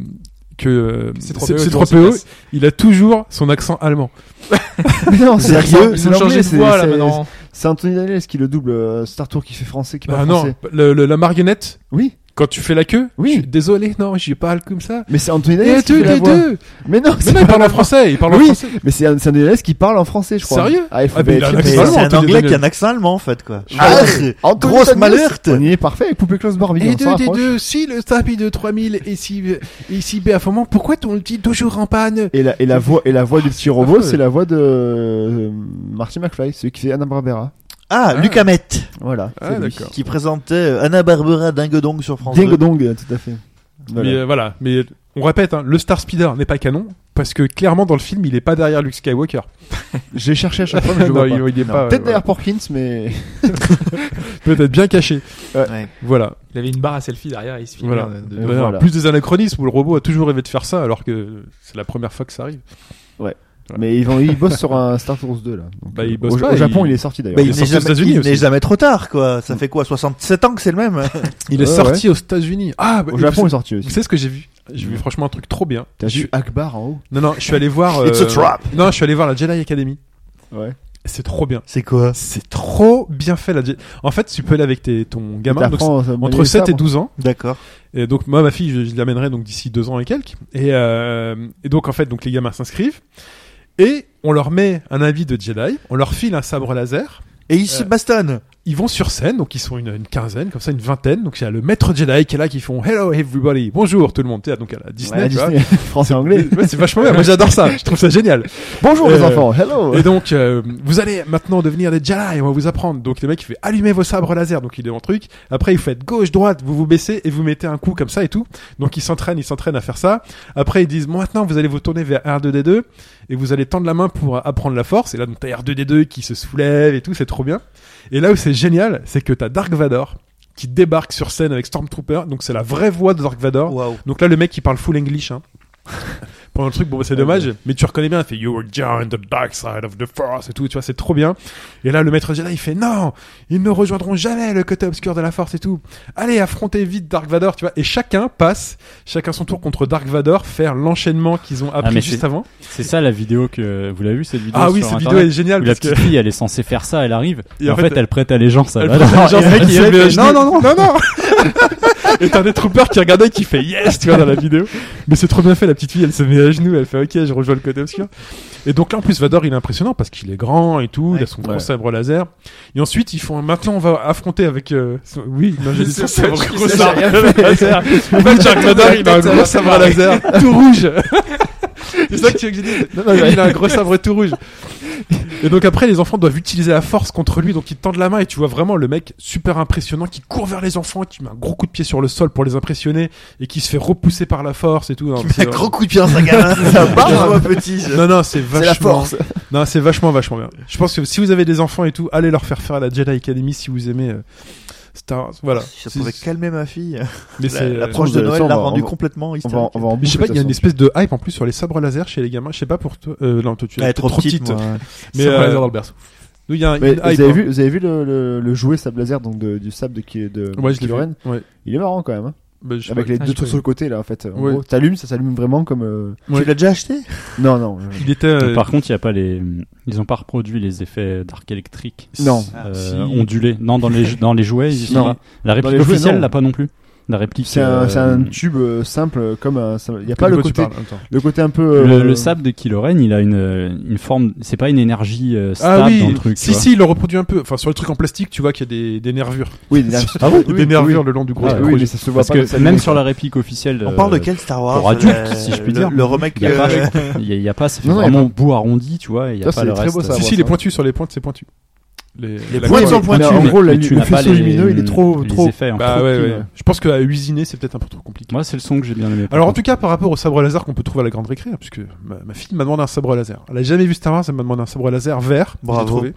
Speaker 1: que euh,
Speaker 4: C'est trop
Speaker 1: c'est-
Speaker 4: peu,
Speaker 1: c'est
Speaker 4: tu vois,
Speaker 1: 3PO,
Speaker 4: c'est
Speaker 1: il a toujours son accent allemand.
Speaker 5: Mais non, c'est
Speaker 4: Ils ont-
Speaker 5: sérieux.
Speaker 4: Ils
Speaker 5: C'est
Speaker 4: ont changé
Speaker 5: l'anglais,
Speaker 4: de
Speaker 5: c'est-
Speaker 4: voix là
Speaker 5: c'est-
Speaker 4: maintenant.
Speaker 5: C'est Anthony Daniels qui le double. euh, Star Tour qui fait français, qui
Speaker 1: Bah
Speaker 5: parle
Speaker 1: non,
Speaker 5: français.
Speaker 1: le- le- la marionnette
Speaker 5: Oui.
Speaker 1: quand tu fais la queue.
Speaker 5: Oui. Eh,
Speaker 1: je suis Désolé, non, j'y parle comme ça.
Speaker 5: Mais c'est Anthony
Speaker 1: Et
Speaker 5: Daniels qui
Speaker 1: deux,
Speaker 5: fait la
Speaker 1: les
Speaker 5: voix.
Speaker 1: deux.
Speaker 5: Mais non,
Speaker 1: Mais
Speaker 5: c'est
Speaker 1: non, il
Speaker 5: pas
Speaker 1: parle en français, il parle en
Speaker 5: Oui.
Speaker 1: français.
Speaker 5: Mais c'est un, c'est un Daniels qui parle en français, je crois.
Speaker 1: Sérieux
Speaker 5: Ah, il faut
Speaker 1: Ah, mais il a un accent
Speaker 5: vérifier.
Speaker 3: C'est
Speaker 5: Mais-
Speaker 1: allemand,
Speaker 3: un
Speaker 1: Anthony
Speaker 3: anglais qui a
Speaker 1: Daniels.
Speaker 3: un accent allemand, en fait, quoi.
Speaker 5: Ah,
Speaker 3: c'est-
Speaker 5: Anthony
Speaker 3: Grosse
Speaker 5: Daniels,
Speaker 3: malerte.
Speaker 5: On y est parfait avec Poupée Klaus Barbie.
Speaker 1: Et
Speaker 5: on s'en
Speaker 1: deux, des
Speaker 5: rapproche.
Speaker 1: deux, si le tapis de 3000 est si, est si performant, pourquoi ton le dit toujours en panne
Speaker 5: Et la, et la voix, et la voix du petit
Speaker 1: affreux.
Speaker 5: robot, c'est la voix de euh, Marty McFly, celui qui fait Anna Barbera.
Speaker 1: Ah.
Speaker 3: Ah, Luc Hamet,
Speaker 5: Voilà.
Speaker 1: Ah,
Speaker 5: c'est lui.
Speaker 1: d'accord.
Speaker 3: qui présentait euh, Anna Barbera Dingue Dong sur France
Speaker 5: Dingo
Speaker 3: 2.
Speaker 5: Dong, tout à fait. Voilà.
Speaker 1: Mais euh, voilà, mais on répète, hein, le Star Speeder n'est pas canon, parce que clairement dans le film, il est pas derrière Luke Skywalker.
Speaker 5: J'ai cherché à chaque fois, mais je le
Speaker 1: Non,
Speaker 5: vois
Speaker 1: il,
Speaker 5: pas.
Speaker 1: il est
Speaker 3: Non.
Speaker 1: pas.
Speaker 5: Peut-être
Speaker 1: euh,
Speaker 5: derrière Porkins, mais
Speaker 1: voilà. Peut-être bien caché. Euh,
Speaker 3: Ouais.
Speaker 1: Voilà.
Speaker 4: Il avait une barre à selfie derrière, il se filmait.
Speaker 1: Voilà.
Speaker 4: euh, de-
Speaker 5: Et
Speaker 1: Voilà.
Speaker 5: Euh, voilà.
Speaker 1: Plus des anachronismes où le robot a toujours rêvé de faire ça, alors que c'est la première fois que ça arrive.
Speaker 5: mais ils vont, ils bossent sur un Star Wars 2 là. Donc,
Speaker 1: Bah, ils
Speaker 5: euh,
Speaker 1: bossent
Speaker 5: au,
Speaker 1: pas,
Speaker 5: au Japon,
Speaker 1: ils-
Speaker 5: il est sorti d'ailleurs.
Speaker 3: Bah,
Speaker 1: Il est
Speaker 3: il n'est
Speaker 1: sorti aux
Speaker 3: jamais,
Speaker 1: États-Unis
Speaker 3: il
Speaker 1: aussi.
Speaker 3: n'est jamais trop tard, quoi. Ça fait quoi, 67 ans que c'est le même
Speaker 1: Il est
Speaker 5: Ouais,
Speaker 1: sorti aux États-Unis. Euh, Ah, bah,
Speaker 5: Au
Speaker 1: et
Speaker 5: Japon, il
Speaker 1: vous,
Speaker 5: est sorti
Speaker 1: vous
Speaker 5: aussi.
Speaker 1: savez ce que j'ai vu J'ai vu franchement un truc trop bien.
Speaker 5: T'as
Speaker 1: Je-
Speaker 5: vu Akbar en haut
Speaker 1: Non, non, je suis allé voir. euh,
Speaker 3: It's a trap.
Speaker 1: Non, je suis allé voir la Jedi Academy.
Speaker 5: Ouais.
Speaker 1: C'est trop bien.
Speaker 3: C'est quoi
Speaker 1: C'est trop bien fait la Jedi. En fait, tu peux aller avec tes, ton gamin. donc,
Speaker 5: T'apprends à manier
Speaker 1: entre
Speaker 5: le
Speaker 1: 7 et
Speaker 5: sabre.
Speaker 1: 12 ans.
Speaker 3: D'accord.
Speaker 1: Et donc, moi, ma fille, je, je l'amènerai donc d'ici deux ans et quelques. Et, euh, et donc, en fait, donc les gamins s'inscrivent. Et on leur met un habit de Jedi. On leur file un sabre laser.
Speaker 3: Et il se
Speaker 1: Euh.
Speaker 3: bastonne.
Speaker 1: Ils vont sur scène, donc ils sont une, une quinzaine, comme ça, une vingtaine. Donc, il y a le maître Jedi qui est là, qui font Hello everybody, bonjour tout le monde. Tu sais, donc à la Disney,
Speaker 5: Ouais,
Speaker 1: tu vois.
Speaker 5: Disney, français anglais.
Speaker 1: Ouais, c'est vachement bien. Moi, j'adore ça. Je trouve ça génial.
Speaker 5: Bonjour les
Speaker 1: Euh,
Speaker 5: enfants, hello.
Speaker 1: Et donc, euh, vous allez maintenant devenir des Jedi, on va vous apprendre. Donc, les mecs, il fait allumer vos sabres laser, donc il est en truc. Après, vous faites gauche, droite, vous vous baissez et vous mettez un coup comme ça et tout. Donc, ils s'entraînent, ils s'entraînent à faire ça. Après, ils disent, bon, maintenant, vous allez vous tourner vers R2D2 et vous allez tendre la main pour apprendre la force. Et là, donc, t'as R2D2 qui se soulève et tout, c'est trop bien. Et là où c'est génial, c'est que t'as Dark Vador qui débarque sur scène avec Stormtrooper. Donc, c'est la vraie voix de Dark Vador.
Speaker 3: Waouh.
Speaker 1: Donc là, le mec, il parle full English. Hein. Pendant le truc, bon, bah, c'est dommage, mais tu reconnais bien, il fait You were down the dark side of the force et tout, tu vois, c'est trop bien. Et là, le maître Jedi, il fait Non, ils ne rejoindront jamais le côté obscur de la force et tout. Allez, affrontez vite Dark Vador, tu vois. Et chacun passe, chacun son tour contre Dark Vador, faire l'enchaînement qu'ils ont appris
Speaker 2: Ah, mais
Speaker 1: juste
Speaker 2: c'est-
Speaker 1: avant.
Speaker 2: C'est ça la vidéo que vous l'avez vu cette vidéo
Speaker 1: Ah oui,
Speaker 2: sur
Speaker 1: cette vidéo
Speaker 2: Internet
Speaker 1: est géniale
Speaker 2: où la
Speaker 1: parce que.
Speaker 2: petite fille elle est censée faire ça, elle arrive
Speaker 1: Et
Speaker 2: et,
Speaker 1: en
Speaker 2: en fait,
Speaker 1: fait,
Speaker 2: elle prête allégeance à
Speaker 1: Elle
Speaker 2: Vador.
Speaker 1: prend- genre, le mec, il
Speaker 5: Elle
Speaker 1: lève
Speaker 5: fait,
Speaker 1: les genoux. non, non, non, non, non. Et t'as des troopers qui regardait qui fait yes, tu vois, dans la vidéo. Mais c'est trop bien fait, la petite fille, elle se met à genoux, elle fait ok, je rejoins le côté obscur. Et donc là, en plus, Vador, il est impressionnant parce qu'il est grand et tout, il a son gros
Speaker 5: Ouais.
Speaker 1: sabre laser. Et ensuite, ils font, maintenant, on va affronter avec, euh, son- oui, non, j'ai dit son
Speaker 4: C'est
Speaker 1: sabre
Speaker 4: vrai qu'il
Speaker 1: gros
Speaker 4: s'est
Speaker 1: sabre
Speaker 4: rien
Speaker 1: laser. En fait, Dark Vador, il a un gros sabre laser, tout rouge. C'est ça que tu veux que je dise
Speaker 5: Non, non,
Speaker 1: il a un gros sabre tout rouge. Et donc après, les enfants doivent utiliser la force contre lui, donc ils tendent la main et tu vois vraiment le mec super impressionnant qui court vers les enfants, qui met un gros coup de pied sur le sol pour les impressionner et qui se fait repousser par la force et tout. Non, c'est-
Speaker 3: Un gros coup de pied dans sa gamin. Ça barre, moi, petit.
Speaker 1: non, non, c'est
Speaker 5: c'est
Speaker 1: vachement.
Speaker 5: la force.
Speaker 1: Non, c'est vachement, vachement bien. Je pense que si vous avez des enfants et tout, allez leur faire faire la Jedi Academy si vous aimez euh, C'est un, voilà.
Speaker 3: Ça
Speaker 1: C'est-
Speaker 3: pouvait calmer ma fille.
Speaker 1: mais
Speaker 3: La-
Speaker 1: c'est, euh,
Speaker 3: L'approche
Speaker 5: Ça,
Speaker 3: de
Speaker 5: on va-
Speaker 3: Noël
Speaker 5: on
Speaker 3: l'a
Speaker 5: va-
Speaker 3: rendu
Speaker 5: on va-
Speaker 3: complètement
Speaker 5: On va, en-
Speaker 3: hystérique.
Speaker 5: on va en
Speaker 1: Mais je sais
Speaker 5: bouffer,
Speaker 1: pas, il y a une
Speaker 5: de toute
Speaker 1: espèce de hype en plus sur les sabres laser chez les gamins. Je sais pas pour toi. Euh, non, toi tu
Speaker 3: Elle
Speaker 1: es
Speaker 3: est trop petite, moi.
Speaker 1: Mais
Speaker 4: Mais
Speaker 1: euh,
Speaker 4: dans le berceau.
Speaker 1: nous, il y a un,
Speaker 5: façon.
Speaker 1: une
Speaker 5: Mais
Speaker 1: hype.
Speaker 5: vous, avez
Speaker 1: hein.
Speaker 5: vu, vous avez vu le, le, le jouet sable laser donc de- du sable de, qui de
Speaker 1: Ouais, je l'ai
Speaker 5: Kylo Ren
Speaker 1: vu. Ouais.
Speaker 5: Il est marrant quand même. hein.
Speaker 1: Bah, je sais
Speaker 5: Avec
Speaker 1: pas.
Speaker 5: les
Speaker 4: Ah,
Speaker 5: deux
Speaker 4: j'ai pas
Speaker 5: trucs sur le côté là en fait. En
Speaker 1: Ouais.
Speaker 5: gros, t'allumes, ça s'allume vraiment comme. euh,
Speaker 1: Ouais.
Speaker 3: Tu l'as déjà acheté
Speaker 5: Non, non. euh,
Speaker 1: Il était. euh,
Speaker 2: Par contre, il y a pas les, ils ont pas reproduit les effets d'arc électrique
Speaker 5: Non.
Speaker 2: euh,
Speaker 1: Si.
Speaker 2: ondulés. Non, dans les dans les jouets, ils y sont
Speaker 5: Ah, Non.
Speaker 2: pas. La
Speaker 5: les
Speaker 2: réplique
Speaker 5: jouets,
Speaker 2: officielle
Speaker 5: non.
Speaker 2: l'a pas non plus. La réplique.
Speaker 5: C'est un,
Speaker 2: euh,
Speaker 5: c'est un tube euh, simple comme un. Il n'y
Speaker 1: de
Speaker 5: a pas le
Speaker 1: quoi tu
Speaker 5: côté,
Speaker 1: parles Attends.
Speaker 5: le côté un peu.
Speaker 2: Le,
Speaker 5: euh,
Speaker 2: le sable de Kylo Ren, il a une, euh, une forme. C'est pas une énergie euh, stable
Speaker 1: Ah oui,
Speaker 2: dans le truc. tu
Speaker 1: si
Speaker 2: vois.
Speaker 1: si, il le reproduit un peu. Enfin, sur le truc en plastique, tu vois qu'il y a des, des nervures,
Speaker 5: Oui, il y a-
Speaker 2: Ah bon
Speaker 1: Il y a des nervures le long du gros.
Speaker 5: Ah,
Speaker 1: du
Speaker 5: oui,
Speaker 1: gros-
Speaker 5: mais ça se voit
Speaker 2: Parce
Speaker 5: pas.
Speaker 2: que même sur la réplique officielle.
Speaker 3: On parle de
Speaker 2: euh,
Speaker 3: quel Star Wars
Speaker 2: pour
Speaker 3: euh,
Speaker 2: adultes, si je puis
Speaker 3: le-
Speaker 2: dire.
Speaker 3: Le remake.
Speaker 2: Il y a pas,
Speaker 3: euh,
Speaker 2: Il y a, il y a pas, ça fait
Speaker 5: Non, non, il y a
Speaker 2: vraiment bout arrondi, tu vois. Il y
Speaker 5: Ça,
Speaker 2: a pas
Speaker 5: c'est
Speaker 2: le
Speaker 5: très
Speaker 2: reste. euh,
Speaker 5: beau, ça, à
Speaker 1: Si
Speaker 5: voir,
Speaker 1: si, les pointus sur les pointes, c'est pointu. Les, la-
Speaker 3: pointes sur le
Speaker 5: pointu,
Speaker 2: Mais
Speaker 5: en gros, la-
Speaker 2: mais tu
Speaker 5: le
Speaker 2: n'as pas
Speaker 5: faisceau
Speaker 2: les-
Speaker 5: lumineux, il est trop-
Speaker 2: les
Speaker 5: trop-
Speaker 2: effets, en fait.
Speaker 1: Bah
Speaker 5: Trop
Speaker 1: ouais,
Speaker 5: petit,
Speaker 1: ouais.
Speaker 5: ouais.
Speaker 1: Je pense qu'à usiner, c'est peut-être un peu trop compliqué.
Speaker 2: Moi, c'est le son que j'ai bien aimé. par
Speaker 1: Alors en tout
Speaker 2: contre.
Speaker 1: cas, par rapport au sabre laser qu'on peut trouver à la grande récré, hein, puisque ma, ma fille m'a demandé un sabre laser. Elle a jamais vu Star Wars, elle m'a demandé un sabre laser vert. je l'ai
Speaker 3: Bravo.
Speaker 1: trouvé.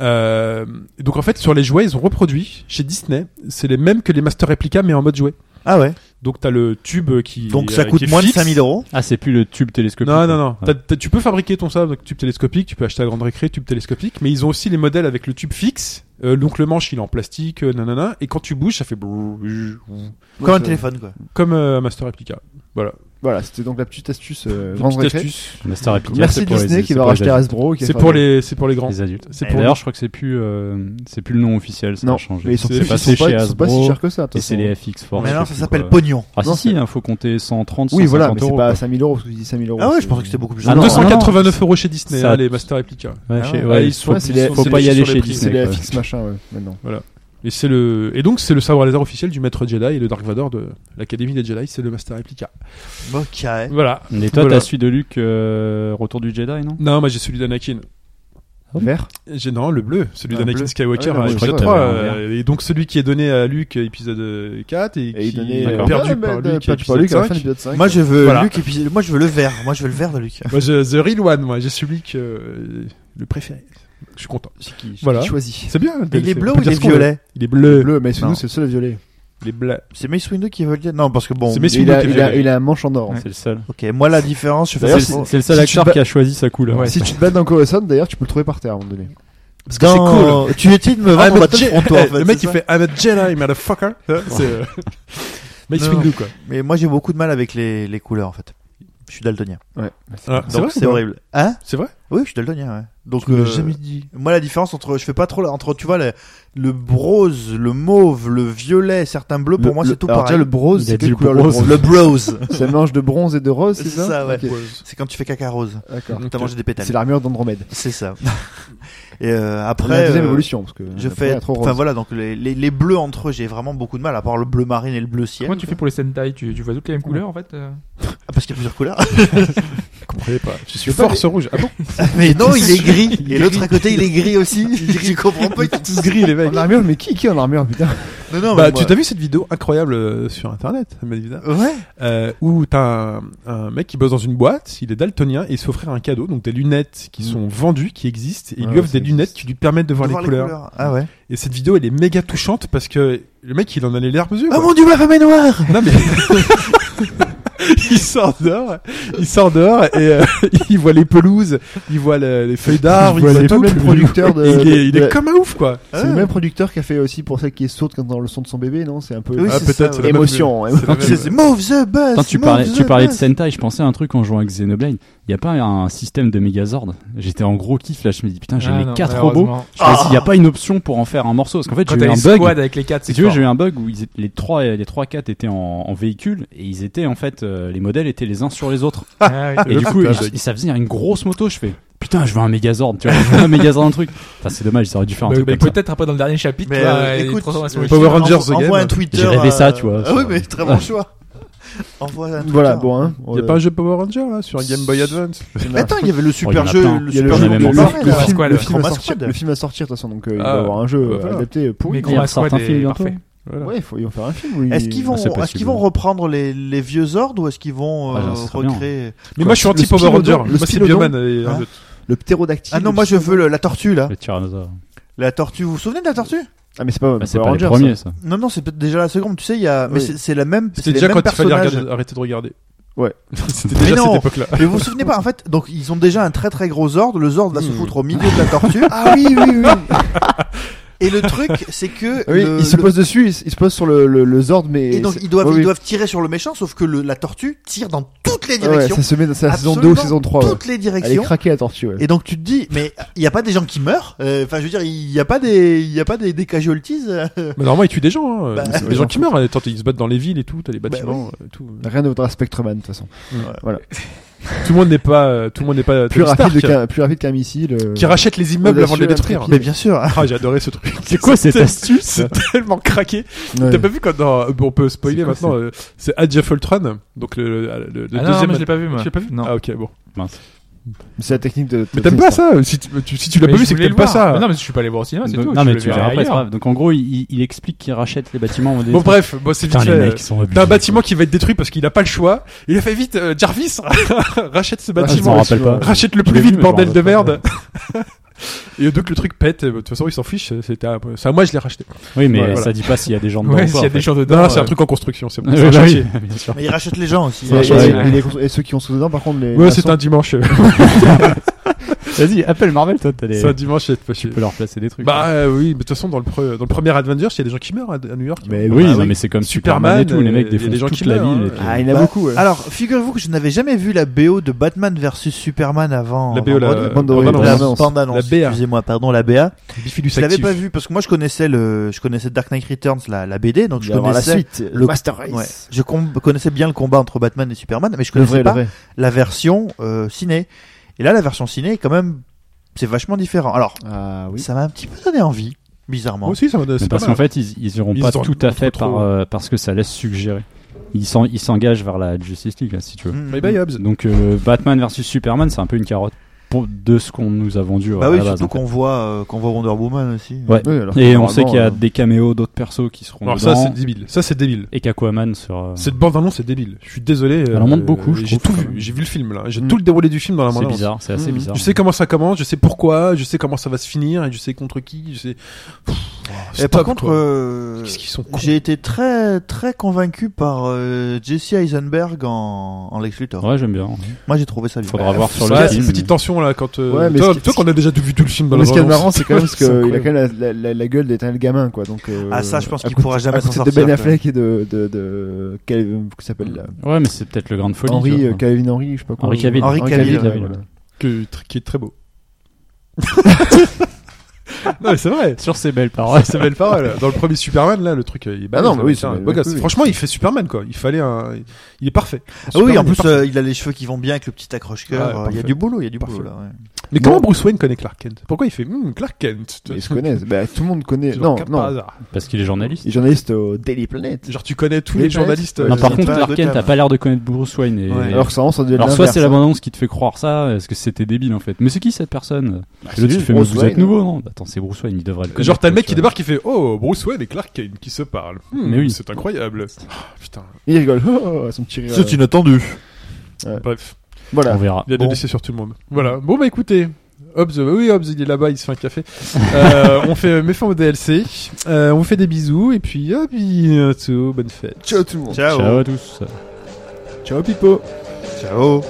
Speaker 1: Euh, donc en fait, sur les jouets, ils ont reproduit chez Disney. C'est les mêmes que les Master Replica, mais en mode jouet.
Speaker 3: Ah ouais.
Speaker 1: Donc t'as le tube qui
Speaker 3: Donc ça
Speaker 1: euh,
Speaker 3: coûte
Speaker 1: qui est
Speaker 3: moins de
Speaker 1: fixe.
Speaker 3: 5000 euros.
Speaker 2: Ah, c'est plus le tube télescopique.
Speaker 1: Non, non, non.
Speaker 2: Ah.
Speaker 1: T'as- t'as- tu peux fabriquer ton sabre, donc tube télescopique, tu peux acheter à la grande récré, tube télescopique, mais ils ont aussi les modèles avec le tube fixe. Euh, donc le manche, il est en plastique, euh, nanana, et quand tu bouges, ça fait brrr, brrr, brrr.
Speaker 5: Ouais,
Speaker 3: Comme un
Speaker 5: ça-
Speaker 3: téléphone quoi.
Speaker 1: comme euh, Master Replica.
Speaker 5: Voilà, c'était donc la petite astuce. euh,
Speaker 1: Petite
Speaker 5: grande récré.
Speaker 1: astuce.
Speaker 2: Master Replica,
Speaker 5: Merci
Speaker 2: c'est pour les-
Speaker 5: Disney qui
Speaker 2: c'est
Speaker 5: va
Speaker 2: pour les
Speaker 5: racheter
Speaker 2: adultes.
Speaker 5: Hasbro. qui va
Speaker 1: C'est
Speaker 5: faire
Speaker 1: pour
Speaker 5: des-
Speaker 1: les, c'est pour les grands.
Speaker 2: Les adultes.
Speaker 1: C'est
Speaker 3: Et
Speaker 1: pour
Speaker 2: D'ailleurs, je crois que c'est plus, euh, c'est plus le nom officiel, ça
Speaker 5: Non,
Speaker 2: a changé.
Speaker 5: mais ils sont,
Speaker 1: C'est
Speaker 5: ils sont
Speaker 2: passé
Speaker 5: pas,
Speaker 2: chez
Speaker 5: ils sont pas
Speaker 2: Hasbro,
Speaker 5: si chers que ça. de toute
Speaker 2: Et c'est
Speaker 5: façon.
Speaker 2: les FX Force.
Speaker 3: Mais
Speaker 2: je
Speaker 3: alors
Speaker 2: sais
Speaker 3: ça
Speaker 2: plus
Speaker 3: s'appelle
Speaker 2: quoi.
Speaker 3: pognon.
Speaker 2: Ah,
Speaker 5: Non,
Speaker 2: si, si, hein, faut compter 130, 150
Speaker 5: Oui, voilà, mais c'est
Speaker 2: euros.
Speaker 5: pas
Speaker 2: quoi.
Speaker 5: 5000 euros. Parce que tu dis 5000 euros.
Speaker 3: Ah ouais,
Speaker 5: c'est-
Speaker 3: je pensais que c'était beaucoup plus.
Speaker 2: Ah
Speaker 1: À
Speaker 2: non,
Speaker 3: cher.
Speaker 1: 289 euros chez Disney,
Speaker 2: Ça-
Speaker 1: hein, les Master Replica.
Speaker 2: Ouais,
Speaker 3: Ah
Speaker 2: chez-
Speaker 3: ouais.
Speaker 2: ouais,
Speaker 1: Ah, ils
Speaker 5: ouais, c'est les-
Speaker 1: ils
Speaker 2: faut pas y
Speaker 1: sur
Speaker 2: aller
Speaker 1: les
Speaker 2: chez
Speaker 1: prix.
Speaker 5: C'est
Speaker 2: Disney.
Speaker 5: les
Speaker 2: quoi.
Speaker 5: FX machin, ouais, maintenant.
Speaker 1: Et c'est le, et donc c'est le sabre laser officiel du maître Jedi et le Dark Vador de l'Académie des Jedi, c'est le Master Replica.
Speaker 3: Bon, carré.
Speaker 1: Voilà.
Speaker 2: Et toi,
Speaker 1: Voilà.
Speaker 2: t'as celui de Luke, euh, Retour du Jedi, non
Speaker 1: Non, moi j'ai celui d'Anakin.
Speaker 5: Vert
Speaker 1: J'ai non, le bleu, celui
Speaker 5: Ah,
Speaker 1: d'Anakin
Speaker 5: bleu.
Speaker 1: Skywalker,
Speaker 5: Ouais, non,
Speaker 1: euh,
Speaker 5: je
Speaker 1: épisode
Speaker 5: crois que
Speaker 1: 3,
Speaker 2: t'avais un
Speaker 1: euh, et donc celui qui est donné à Luke euh, épisode euh, 4 et,
Speaker 5: Et
Speaker 1: qui
Speaker 5: il donnait.
Speaker 1: est
Speaker 5: euh,
Speaker 1: perdu
Speaker 5: ouais,
Speaker 1: par
Speaker 5: mais
Speaker 1: Luke,
Speaker 5: perdu par Luke à la fin
Speaker 1: 5.
Speaker 5: de l'épisode 5.
Speaker 3: Moi je veux
Speaker 1: Voilà.
Speaker 3: Luc et puis moi je veux le vert. Moi je veux le vert de Luc.
Speaker 1: Moi je, The Real One, moi j'ai celui que euh, le préféré. Je suis content.
Speaker 5: C'est qui
Speaker 3: Ah.
Speaker 1: Voilà.
Speaker 5: qui choisit
Speaker 1: C'est bien.
Speaker 3: Mais il est
Speaker 1: c'est-
Speaker 3: bleu
Speaker 1: on
Speaker 3: ou
Speaker 1: peut
Speaker 3: il
Speaker 1: dire
Speaker 3: est
Speaker 1: ce qu'on veut.
Speaker 3: violet
Speaker 1: Il est bleu.
Speaker 5: Bleu, mais c'est
Speaker 3: Non.
Speaker 5: nous, c'est le seul à violer.
Speaker 1: Il est bleu.
Speaker 3: C'est Mace Windu qui veut le dire. Non parce que bon.
Speaker 1: C'est Mace
Speaker 5: Il
Speaker 1: Windu
Speaker 5: a-
Speaker 1: qui est
Speaker 5: il a-
Speaker 1: violet.
Speaker 5: il a un manche en or.
Speaker 2: C'est le seul.
Speaker 3: Ok, moi la différence, je fais
Speaker 5: D'ailleurs,
Speaker 3: ça pour-
Speaker 2: C'est le seul
Speaker 5: si tu
Speaker 2: acteur
Speaker 5: bats-
Speaker 2: qui a choisi sa couleur.
Speaker 4: Ouais.
Speaker 5: Si tu te bats dans Coruscant, d'ailleurs, tu peux le trouver par terre à un moment donné.
Speaker 3: parce
Speaker 1: que c'est
Speaker 3: dans- Tu étais de
Speaker 5: Ah,
Speaker 3: me vendre
Speaker 1: I'm a
Speaker 3: dans
Speaker 1: Je-
Speaker 3: ton fronton, en
Speaker 1: Eh,
Speaker 3: fait,
Speaker 1: le mec
Speaker 3: c'est
Speaker 1: il
Speaker 3: ça
Speaker 1: fait I'm a Jedi motherfucker. Hein, C'est euh, Mace
Speaker 3: Non.
Speaker 1: Windu quoi.
Speaker 5: Ah,
Speaker 3: Mais moi j'ai beaucoup de mal avec les les couleurs en fait. Je suis daltonien.
Speaker 1: Ah, C'est
Speaker 3: Donc
Speaker 1: vrai.
Speaker 3: c'est
Speaker 1: ou pas
Speaker 3: horrible. Hein
Speaker 1: C'est vrai.
Speaker 3: Oui, je suis daltonien. Ouais. Donc
Speaker 1: me l'as
Speaker 3: euh,
Speaker 1: jamais
Speaker 3: Moi la différence entre je fais pas trop la- entre tu vois le, le rose, le mauve, le violet, certains bleus pour
Speaker 5: Le-
Speaker 3: moi
Speaker 5: le-
Speaker 3: c'est tout
Speaker 5: alors
Speaker 3: pareil.
Speaker 5: déjà, le bronze,
Speaker 2: Il a
Speaker 5: c'est
Speaker 2: dit
Speaker 5: quelle
Speaker 2: le
Speaker 5: couleur le
Speaker 2: bronze.
Speaker 5: bronze
Speaker 3: Le brose,
Speaker 5: C'est un mélange de bronze et de rose, c'est
Speaker 3: C'est
Speaker 5: ça
Speaker 3: ça, ouais.
Speaker 5: Ok,
Speaker 3: c'est quand tu fais caca rose.
Speaker 5: D'accord.
Speaker 1: Ok.
Speaker 3: T'as mangé des pétales.
Speaker 5: C'est l'armure d'Andromède.
Speaker 3: C'est ça. Et euh, après
Speaker 5: la deuxième
Speaker 3: euh,
Speaker 5: évolution, parce que
Speaker 3: Je
Speaker 5: la première
Speaker 3: fais
Speaker 5: est trop
Speaker 3: enfin
Speaker 5: rose.
Speaker 3: voilà donc les, les, les bleus entre eux, j'ai vraiment beaucoup de mal à part le bleu marine et le bleu ciel.
Speaker 4: Comment tu fais pour les Sentai tu, tu vois toutes les mêmes couleurs en fait euh
Speaker 3: Ah, parce qu'il y a plusieurs couleurs.
Speaker 1: Je comprenais pas. Je suis force rouge. Ah bon
Speaker 3: Mais non, il est gris. Et l'autre à côté, il est gris aussi. Tu comprends pas.
Speaker 1: Tous gris les mecs.
Speaker 5: En armure, mais qui qui est en armure, putain
Speaker 3: Non, non,
Speaker 1: Bah,
Speaker 3: mais
Speaker 1: tu
Speaker 3: moi-
Speaker 1: t'as vu cette vidéo incroyable euh, sur internet, bien évidemment,
Speaker 3: Ouais.
Speaker 1: euh, où t'as un, un mec qui bosse dans une boîte, il est daltonien et il se fait offrir un cadeau, donc des lunettes qui sont vendues, qui existent, et il
Speaker 5: Ouais,
Speaker 1: lui offre
Speaker 5: ça
Speaker 1: des lunettes qui lui permettent de voir,
Speaker 3: De
Speaker 1: les, couleurs.
Speaker 3: Ah ouais.
Speaker 1: Et cette vidéo, elle est méga touchante parce que le mec, il en a les larmes aux yeux.
Speaker 3: Ah
Speaker 1: quoi.
Speaker 3: mon dieu, ma femme est noire.
Speaker 1: Non mais il sort dehors, il sort dehors et euh, il voit les pelouses, il voit le- les feuilles d'arbres, il
Speaker 5: C'est
Speaker 1: voit
Speaker 5: pas
Speaker 1: tout.
Speaker 5: le même producteur de.
Speaker 1: Et il est, il
Speaker 5: de-
Speaker 1: est comme un ouf quoi.
Speaker 5: C'est le même producteur qui a fait aussi pour celle qui est sourde quand on entend le son de son bébé, non C'est un peu.
Speaker 3: Oui,
Speaker 1: Ah,
Speaker 3: c'est
Speaker 1: peut-être,
Speaker 3: ça,
Speaker 1: c'est la
Speaker 3: ouais.
Speaker 1: même-
Speaker 5: Émotion,
Speaker 1: c'est la même- euh,
Speaker 3: C'est c'est Move the Bus.
Speaker 2: Attends, tu
Speaker 3: move
Speaker 2: parlais,
Speaker 3: the
Speaker 2: tu parlais de
Speaker 3: bus.
Speaker 2: Sentai, je pensais à un truc en jouant avec Xenoblade. Il y a pas un système de Megazord. J'étais en gros kiff là, je me dis putain, j'ai
Speaker 4: Ah
Speaker 2: mes
Speaker 4: non,
Speaker 2: quatre
Speaker 4: malheureusement.
Speaker 2: robots. Je me dis, il y a
Speaker 5: Ah.
Speaker 2: pas une option pour en faire un morceau parce qu'en fait,
Speaker 4: Quand
Speaker 2: j'ai eu
Speaker 4: t'as
Speaker 2: un
Speaker 4: les
Speaker 2: bug.
Speaker 4: squads avec les 4,
Speaker 2: Si
Speaker 4: c'est
Speaker 2: tu veux,
Speaker 4: fort.
Speaker 2: j'ai eu un bug où ils étaient- les trois, les trois quatre étaient en, en véhicule et ils étaient en fait, euh, les modèles étaient les uns sur les autres.
Speaker 4: Ah oui.
Speaker 2: Et du coup, ils- ils savent venir une grosse moto. Je fais putain, je veux un Megazord, tu vois, je veux un Megazord, un truc. Putain, c'est dommage, ils auraient dû faire un
Speaker 4: Bah,
Speaker 2: truc
Speaker 4: bah,
Speaker 2: comme ça.
Speaker 4: Peut-être après dans le dernier chapitre,
Speaker 3: Mais
Speaker 4: tu vois,
Speaker 3: euh,
Speaker 4: les
Speaker 3: écoute,
Speaker 4: transformations
Speaker 3: euh,
Speaker 1: Power
Speaker 3: envoie-
Speaker 1: Rangers, the
Speaker 3: envoie
Speaker 1: game.
Speaker 3: un Twitter.
Speaker 2: J'ai rêvé ça,
Speaker 3: euh,
Speaker 2: tu vois,
Speaker 3: Ah
Speaker 2: ça.
Speaker 3: oui, mais très bon choix. Envoie un Twitter.
Speaker 5: Voilà, bon, hein.
Speaker 1: Il y a pas un jeu Power Ranger là sur un Game Boy Advance
Speaker 3: Mais attends, il y avait le
Speaker 2: il y en
Speaker 3: super
Speaker 2: a
Speaker 3: jeu,
Speaker 2: plein.
Speaker 3: le
Speaker 5: Il y a
Speaker 3: super
Speaker 5: le,
Speaker 3: jeu
Speaker 5: jeu,
Speaker 2: même
Speaker 5: le,
Speaker 3: dont on
Speaker 5: le,
Speaker 4: Squad,
Speaker 5: le
Speaker 3: parlait, là.
Speaker 5: film,
Speaker 4: Squad,
Speaker 5: le film
Speaker 3: Chroma
Speaker 5: à sortir,
Speaker 3: Squad.
Speaker 5: le film à sortir de toute façon, donc euh, il
Speaker 1: Ah,
Speaker 5: va y avoir un jeu
Speaker 1: bah
Speaker 5: euh,
Speaker 1: voilà.
Speaker 5: adapté pour.
Speaker 4: Mais
Speaker 5: lui.
Speaker 4: Chroma Squad
Speaker 2: sorti un film
Speaker 4: est
Speaker 2: bientôt.
Speaker 4: parfait. Ah,
Speaker 1: Voilà.
Speaker 5: Ouais, il faut, ils vont faire un film. oui.
Speaker 3: Est-ce qu'ils vont,
Speaker 2: Ah, c'est
Speaker 3: est-ce
Speaker 2: possible.
Speaker 3: qu'ils vont reprendre les, les vieux ordres ou est-ce qu'ils vont
Speaker 2: Ah,
Speaker 3: euh,
Speaker 2: j'en sais rien.
Speaker 3: recréer
Speaker 1: Mais moi je suis anti
Speaker 5: Le
Speaker 1: Power
Speaker 5: Spilodon-
Speaker 1: Ranger.
Speaker 5: le
Speaker 1: Moi c'est
Speaker 5: Spilodon.
Speaker 1: Bioman. euh, et un
Speaker 3: Hein
Speaker 1: autre.
Speaker 5: Le ptérodactyle.
Speaker 3: Ah non, moi je veux le- la tortue là.
Speaker 4: Bah,
Speaker 2: Le Tyrannosaure.
Speaker 3: La tortue, vous vous souvenez de la tortue
Speaker 5: Ah, mais c'est pas.
Speaker 2: Bah, c'est
Speaker 5: Power
Speaker 2: pas les
Speaker 5: Rangers,
Speaker 2: premiers, ça.
Speaker 3: Non, non, c'est peut-être déjà la seconde. Tu sais, il y a. Mais
Speaker 5: Oui.
Speaker 3: c'est- c'est la même.
Speaker 1: C'était
Speaker 3: c'est les
Speaker 1: déjà
Speaker 3: mêmes
Speaker 1: quand il fallait
Speaker 3: personnages.
Speaker 1: regarder- arrêter de regarder.
Speaker 5: Ouais.
Speaker 1: C'était
Speaker 3: Mais
Speaker 1: déjà
Speaker 3: non.
Speaker 1: cette époque-là.
Speaker 3: Mais vous vous souvenez pas, en fait, donc ils ont déjà un très très gros Zord, le Zord va se
Speaker 1: Hmm.
Speaker 3: foutre au milieu de la tortue,
Speaker 5: ça. Ah oui, oui, oui. oui.
Speaker 3: et le truc c'est que...
Speaker 5: oui
Speaker 3: le-
Speaker 5: il se
Speaker 3: le-
Speaker 5: pose dessus, il se, il se pose sur le, le, le Zord, mais.
Speaker 3: Et donc
Speaker 5: c'est-
Speaker 3: ils doivent,
Speaker 5: oui,
Speaker 3: ils
Speaker 5: oui.
Speaker 3: doivent tirer sur le méchant, sauf que le- la tortue tire dans toutes les
Speaker 5: Ah ouais,
Speaker 3: directions.
Speaker 5: ça se met dans c'est la saison 2 ou
Speaker 3: Absolument
Speaker 5: saison 3. ouais.
Speaker 3: toutes les
Speaker 5: Elle est
Speaker 3: directions.
Speaker 5: craquée la tortue, ouais.
Speaker 3: Et donc tu te dis, mais il n'y a pas des gens qui meurent Euh, Enfin je veux dire, il n'y a pas des, il y a pas des, des casualties euh
Speaker 1: Mais Bah, normalement, ils tuent des gens. Hein.
Speaker 3: Bah,
Speaker 1: c'est des
Speaker 5: oui.
Speaker 1: gens qui meurent. Attends, ils se battent dans les villes et tout. T'as les bâtiments, euh, tout.
Speaker 5: Rien ne vaudra Spectreman, de toute façon.
Speaker 1: Tout le monde n'est pas, euh, tout le monde n'est pas
Speaker 5: Plus
Speaker 1: Tony Stark,
Speaker 5: rapide qu'un plus rapide qu'un missile. euh.
Speaker 1: qui rachète les immeubles
Speaker 5: audacieux,
Speaker 1: avant de les détruire.
Speaker 5: intrépide. Mais
Speaker 3: bien sûr.
Speaker 1: Ah, j'ai adoré ce truc.
Speaker 2: C'est quoi cette astuce
Speaker 1: C'est tellement craqué.
Speaker 5: Ouais.
Speaker 1: T'as pas vu quand dans- bon, on peut spoiler
Speaker 2: C'est quoi,
Speaker 1: maintenant. euh, C'est Age of Ultron, donc le, le- le- le
Speaker 4: Ah non,
Speaker 1: deuxième.
Speaker 4: non, mais je l'ai pas vu, moi.
Speaker 1: Tu l'as pas vu
Speaker 4: Non.
Speaker 1: Ah ok bon.
Speaker 2: Mince.
Speaker 5: C'est la technique de.
Speaker 1: Mais t'aimes pas ça Si tu, tu- si tu l'as
Speaker 4: Mais
Speaker 1: pas vu,
Speaker 4: je
Speaker 1: c'est que
Speaker 4: voulais
Speaker 1: t'aimes
Speaker 4: le
Speaker 1: pas
Speaker 4: voir. Mais
Speaker 1: ça.
Speaker 4: Non, mais je suis pas allé voir au cinéma, c'est
Speaker 2: Donc-
Speaker 4: tout.
Speaker 2: non,
Speaker 4: je
Speaker 2: mais
Speaker 4: le
Speaker 2: tu
Speaker 4: verrai
Speaker 2: verras après, c'est
Speaker 4: ailleurs.
Speaker 2: pas grave. Donc en gros, il, il explique qu'il rachète les bâtiments.
Speaker 1: Bon bref, bon c'est vite
Speaker 2: Putain, les
Speaker 1: fait.
Speaker 2: mecs, ils sont obligés.
Speaker 1: T'as un bâtiment qui va être détruit parce qu'il a pas le choix. Il a fait vite, euh, Jarvis, rachète ce
Speaker 2: Ah, je
Speaker 1: bâtiment.
Speaker 2: m'en rappelle pas.
Speaker 1: Rachète le
Speaker 2: Je
Speaker 1: plus
Speaker 2: l'ai vu,
Speaker 1: vite,
Speaker 2: mais je m'en
Speaker 1: bordel de
Speaker 2: rappelle pas.
Speaker 1: merde. Et donc le truc pète. De toute façon, ils s'en fichent. C'était à, c'est à moi, je l'ai racheté.
Speaker 2: Oui, mais
Speaker 1: Ouais, voilà.
Speaker 2: ça dit pas s'il y a des gens dedans.
Speaker 4: Ouais,
Speaker 2: ou
Speaker 4: s'il
Speaker 2: pas,
Speaker 4: y a
Speaker 2: en fait.
Speaker 4: des gens dedans.
Speaker 1: Non, c'est un
Speaker 4: euh,
Speaker 1: truc en construction. C'est bon.
Speaker 2: Oui,
Speaker 1: c'est un
Speaker 2: bah oui,
Speaker 1: chantier.
Speaker 2: bien sûr.
Speaker 3: Mais ils rachètent les gens aussi.
Speaker 5: Et,
Speaker 2: Ouais,
Speaker 5: et-
Speaker 2: ouais.
Speaker 5: et les- et ceux qui ont sous dedans, par contre, les.
Speaker 1: Ouais,
Speaker 5: la
Speaker 1: c'est
Speaker 5: façon-
Speaker 1: un dimanche.
Speaker 2: Vas-y, appelle Marvel, toi, t'as des...
Speaker 1: C'est un dimanche. c'est pas
Speaker 2: tu
Speaker 1: chier.
Speaker 2: peux leur placer des trucs.
Speaker 1: Bah euh, oui, mais de toute façon, dans le, pre- dans le premier Avengers, il y a des gens qui meurent à, à New York.
Speaker 5: Mais oui.
Speaker 2: oui, non,
Speaker 1: oui.
Speaker 2: mais c'est comme Superman,
Speaker 1: Superman,
Speaker 2: et tout, les
Speaker 1: euh,
Speaker 2: mecs
Speaker 1: y a des
Speaker 2: défoncent
Speaker 1: gens
Speaker 2: toute
Speaker 1: qui
Speaker 2: la
Speaker 1: meurent,
Speaker 2: ville.
Speaker 1: hein.
Speaker 2: et puis-
Speaker 5: Ah, il y en a
Speaker 3: Bah,
Speaker 5: beaucoup, ouais.
Speaker 3: Alors figurez-vous que je n'avais jamais vu la BO de Batman versus Superman avant.
Speaker 1: La BO,
Speaker 3: avant-
Speaker 1: la-
Speaker 5: bande
Speaker 1: la
Speaker 5: originale.
Speaker 1: bande
Speaker 3: la
Speaker 1: annonce.
Speaker 5: annonce.
Speaker 1: La
Speaker 3: bande-annonce.
Speaker 1: BA.
Speaker 3: Excusez-moi, pardon, la BA.
Speaker 1: Bifidus
Speaker 3: Je l'avais
Speaker 1: actif.
Speaker 3: pas vu parce que moi je connaissais le, je connaissais Dark Knight Returns, la, la BD, donc
Speaker 5: Il
Speaker 3: je
Speaker 5: va y avoir la
Speaker 3: connaissais.
Speaker 5: suite, le Master Race.
Speaker 3: Ouais, je com- connaissais bien le combat entre Batman et Superman, mais je
Speaker 5: Le
Speaker 3: connaissais
Speaker 5: vrai, le
Speaker 3: pas
Speaker 5: vrai.
Speaker 3: la version euh, ciné. Et là, la version ciné est quand même, c'est vachement différent. Alors,
Speaker 5: Ah oui.
Speaker 3: ça m'a un petit peu donné envie,
Speaker 1: Moi
Speaker 3: bizarrement.
Speaker 1: aussi, ça m'a donné.
Speaker 2: Mais
Speaker 1: c'est
Speaker 2: parce
Speaker 1: pas mal.
Speaker 2: qu'en fait, ils, ils iront
Speaker 1: Ils
Speaker 2: pas
Speaker 1: ont-
Speaker 2: tout à fait
Speaker 1: trop-
Speaker 2: par, euh, parce que ça laisse suggérer. Ils s'en- ils s'engagent vers la Justice League, là, si tu veux.
Speaker 3: Mm.
Speaker 1: Bye
Speaker 5: bah,
Speaker 1: bye Hobbs.
Speaker 2: Donc euh, Batman versus Superman, c'est un peu une carotte pour- de ce qu'on nous a vendu euh,
Speaker 3: Bah
Speaker 2: à
Speaker 3: oui,
Speaker 2: la base.
Speaker 5: hein.
Speaker 3: surtout
Speaker 2: en fait.
Speaker 3: qu'on voit, euh, qu'on voit Wonder Woman aussi.
Speaker 2: Ouais.
Speaker 5: Oui, alors que
Speaker 2: Et on
Speaker 5: normalement,
Speaker 2: sait qu'il y a
Speaker 5: euh,
Speaker 2: des caméos d'autres persos qui seront
Speaker 1: Alors ça,
Speaker 2: dedans,
Speaker 1: c'est débile. Ça, c'est débile.
Speaker 2: et qu'Aquaman sera...
Speaker 1: Cette bande annonce c'est débile. Je suis désolé. euh,
Speaker 2: Elle en montre beaucoup, je
Speaker 1: J'ai tout
Speaker 2: trouve,
Speaker 1: vu.
Speaker 2: quand même.
Speaker 1: J'ai vu le film là. J'ai
Speaker 5: Mm.
Speaker 1: tout le déroulé du film dans la bande
Speaker 2: C'est
Speaker 1: annonce.
Speaker 2: bizarre, c'est assez
Speaker 5: Mhm.
Speaker 2: bizarre.
Speaker 1: Je Mmh. sais comment ça commence, je sais pourquoi, je sais comment ça va se finir, et je sais contre qui, je sais. Pff, oh,
Speaker 3: Et
Speaker 1: stop,
Speaker 3: par contre,
Speaker 1: quoi.
Speaker 3: euh,
Speaker 1: qu'est-ce qu'ils sont cons.
Speaker 3: j'ai été très très convaincu par euh, Jesse Eisenberg en, en Lex Luthor.
Speaker 2: Ouais, j'aime bien.
Speaker 3: Moi, j'ai trouvé ça bien.
Speaker 2: Faudra voir sur
Speaker 1: Ouais,
Speaker 2: le
Speaker 1: c'est
Speaker 2: film.
Speaker 1: une petite tension là quand. euh,
Speaker 5: Ouais, mais
Speaker 1: toi,
Speaker 5: ce qui-
Speaker 1: toi
Speaker 5: ce
Speaker 1: qu'on a déjà vu tout le film dans
Speaker 5: Mais
Speaker 1: la
Speaker 5: ce qui est
Speaker 1: bande
Speaker 5: marrant,
Speaker 1: annonce.
Speaker 5: c'est quand même parce
Speaker 1: C'est
Speaker 5: qu'il a
Speaker 1: incroyable.
Speaker 5: quand même la, la, la, la gueule d'éternel gamin, quoi. Donc, euh,
Speaker 3: Ah, ça, je pense
Speaker 5: à
Speaker 3: qu'il
Speaker 5: côté-
Speaker 3: pourra jamais
Speaker 5: à
Speaker 3: s'en
Speaker 5: côté
Speaker 3: sortir,
Speaker 5: de Ben
Speaker 3: quoi.
Speaker 5: Affleck et de. de, de quel, comment il s'appelle là
Speaker 2: Ouais, mais c'est peut-être le grain de folie. tu
Speaker 5: Henry,
Speaker 2: vois.
Speaker 5: euh, Calvin Henry, je sais pas quoi.
Speaker 2: Henry Cavill.
Speaker 3: Henry Cavill,
Speaker 5: ouais,
Speaker 2: Cavill.
Speaker 5: voilà.
Speaker 1: Que- tr- qui est très beau. non mais c'est vrai.
Speaker 2: Sur ces belles paroles.
Speaker 1: C'est belle parole. Dans le premier Superman là, le truc euh, il est balèze,
Speaker 5: Ah, non, mais
Speaker 1: hein,
Speaker 5: oui,
Speaker 1: putain,
Speaker 5: c'est-
Speaker 1: beau gosse.
Speaker 5: oui.
Speaker 1: Franchement, il fait Superman quoi. Il fallait un il est parfait.
Speaker 3: Ah oui,
Speaker 1: Superman,
Speaker 3: en
Speaker 1: il est
Speaker 3: plus,
Speaker 1: parfait.
Speaker 3: euh, il a les cheveux qui vont bien avec le petit accroche-cœur.
Speaker 1: Ouais,
Speaker 3: Euh, il y a
Speaker 1: parfait.
Speaker 3: du boulot, il y a du
Speaker 1: Parfait.
Speaker 3: boulot là. ouais.
Speaker 1: Mais
Speaker 5: Non.
Speaker 1: comment Bruce Wayne connaît Clark Kent Pourquoi il fait Hmm, Clark Kent
Speaker 5: Mais Ils se connaissent. Bah, tout le monde connaît.
Speaker 1: Genre,
Speaker 5: Non,
Speaker 1: par
Speaker 5: non.
Speaker 1: hasard.
Speaker 2: Parce qu'il est journaliste.
Speaker 5: Les journalistes au Daily Planet.
Speaker 1: Genre tu connais tous
Speaker 5: Mais
Speaker 1: les
Speaker 5: Clark-
Speaker 1: journalistes.
Speaker 5: Non,
Speaker 1: euh,
Speaker 2: Non, par
Speaker 3: c'est
Speaker 2: contre,
Speaker 3: pas
Speaker 2: Clark Kent
Speaker 3: Gotham.
Speaker 2: a pas l'air de connaître Bruce Wayne. et-
Speaker 3: Ouais.
Speaker 5: Alors, que ça, on s'en dit
Speaker 2: Alors, soit c'est l'abondance qui te fait croire ça, est-ce que c'était débile en fait Mais c'est qui cette personne
Speaker 5: Bah,
Speaker 2: Et l'autre, il fait, mais Vous êtes nouveau, non Bah, Attends, c'est Bruce Wayne, il devrait le connaître.
Speaker 1: Genre t'as le mec
Speaker 2: tu
Speaker 1: qui
Speaker 2: vois.
Speaker 1: débarque qui fait oh Bruce Wayne et Clark Kent qui se parlent. Hmm,
Speaker 2: Mais oui.
Speaker 1: C'est incroyable. Ah, putain.
Speaker 5: Il rigole. Oh, oh, son petit rire. euh,
Speaker 3: inattendu.
Speaker 1: Bref,
Speaker 5: Voilà.
Speaker 2: On verra.
Speaker 1: il y a des
Speaker 3: Bon.
Speaker 1: décès sur tout le monde. Voilà. Bon bah écoutez. Hobbs, euh, oui Hobbs, il est là-bas, il se fait un café. Euh, on fait mes fins au DLC. Euh, on vous fait des bisous et puis à bientôt, bonne fête.
Speaker 2: Ah, oh.
Speaker 5: Ciao tout le monde.
Speaker 3: Ciao.
Speaker 2: Ciao à tous.
Speaker 5: Ciao Pipo.
Speaker 3: Ciao.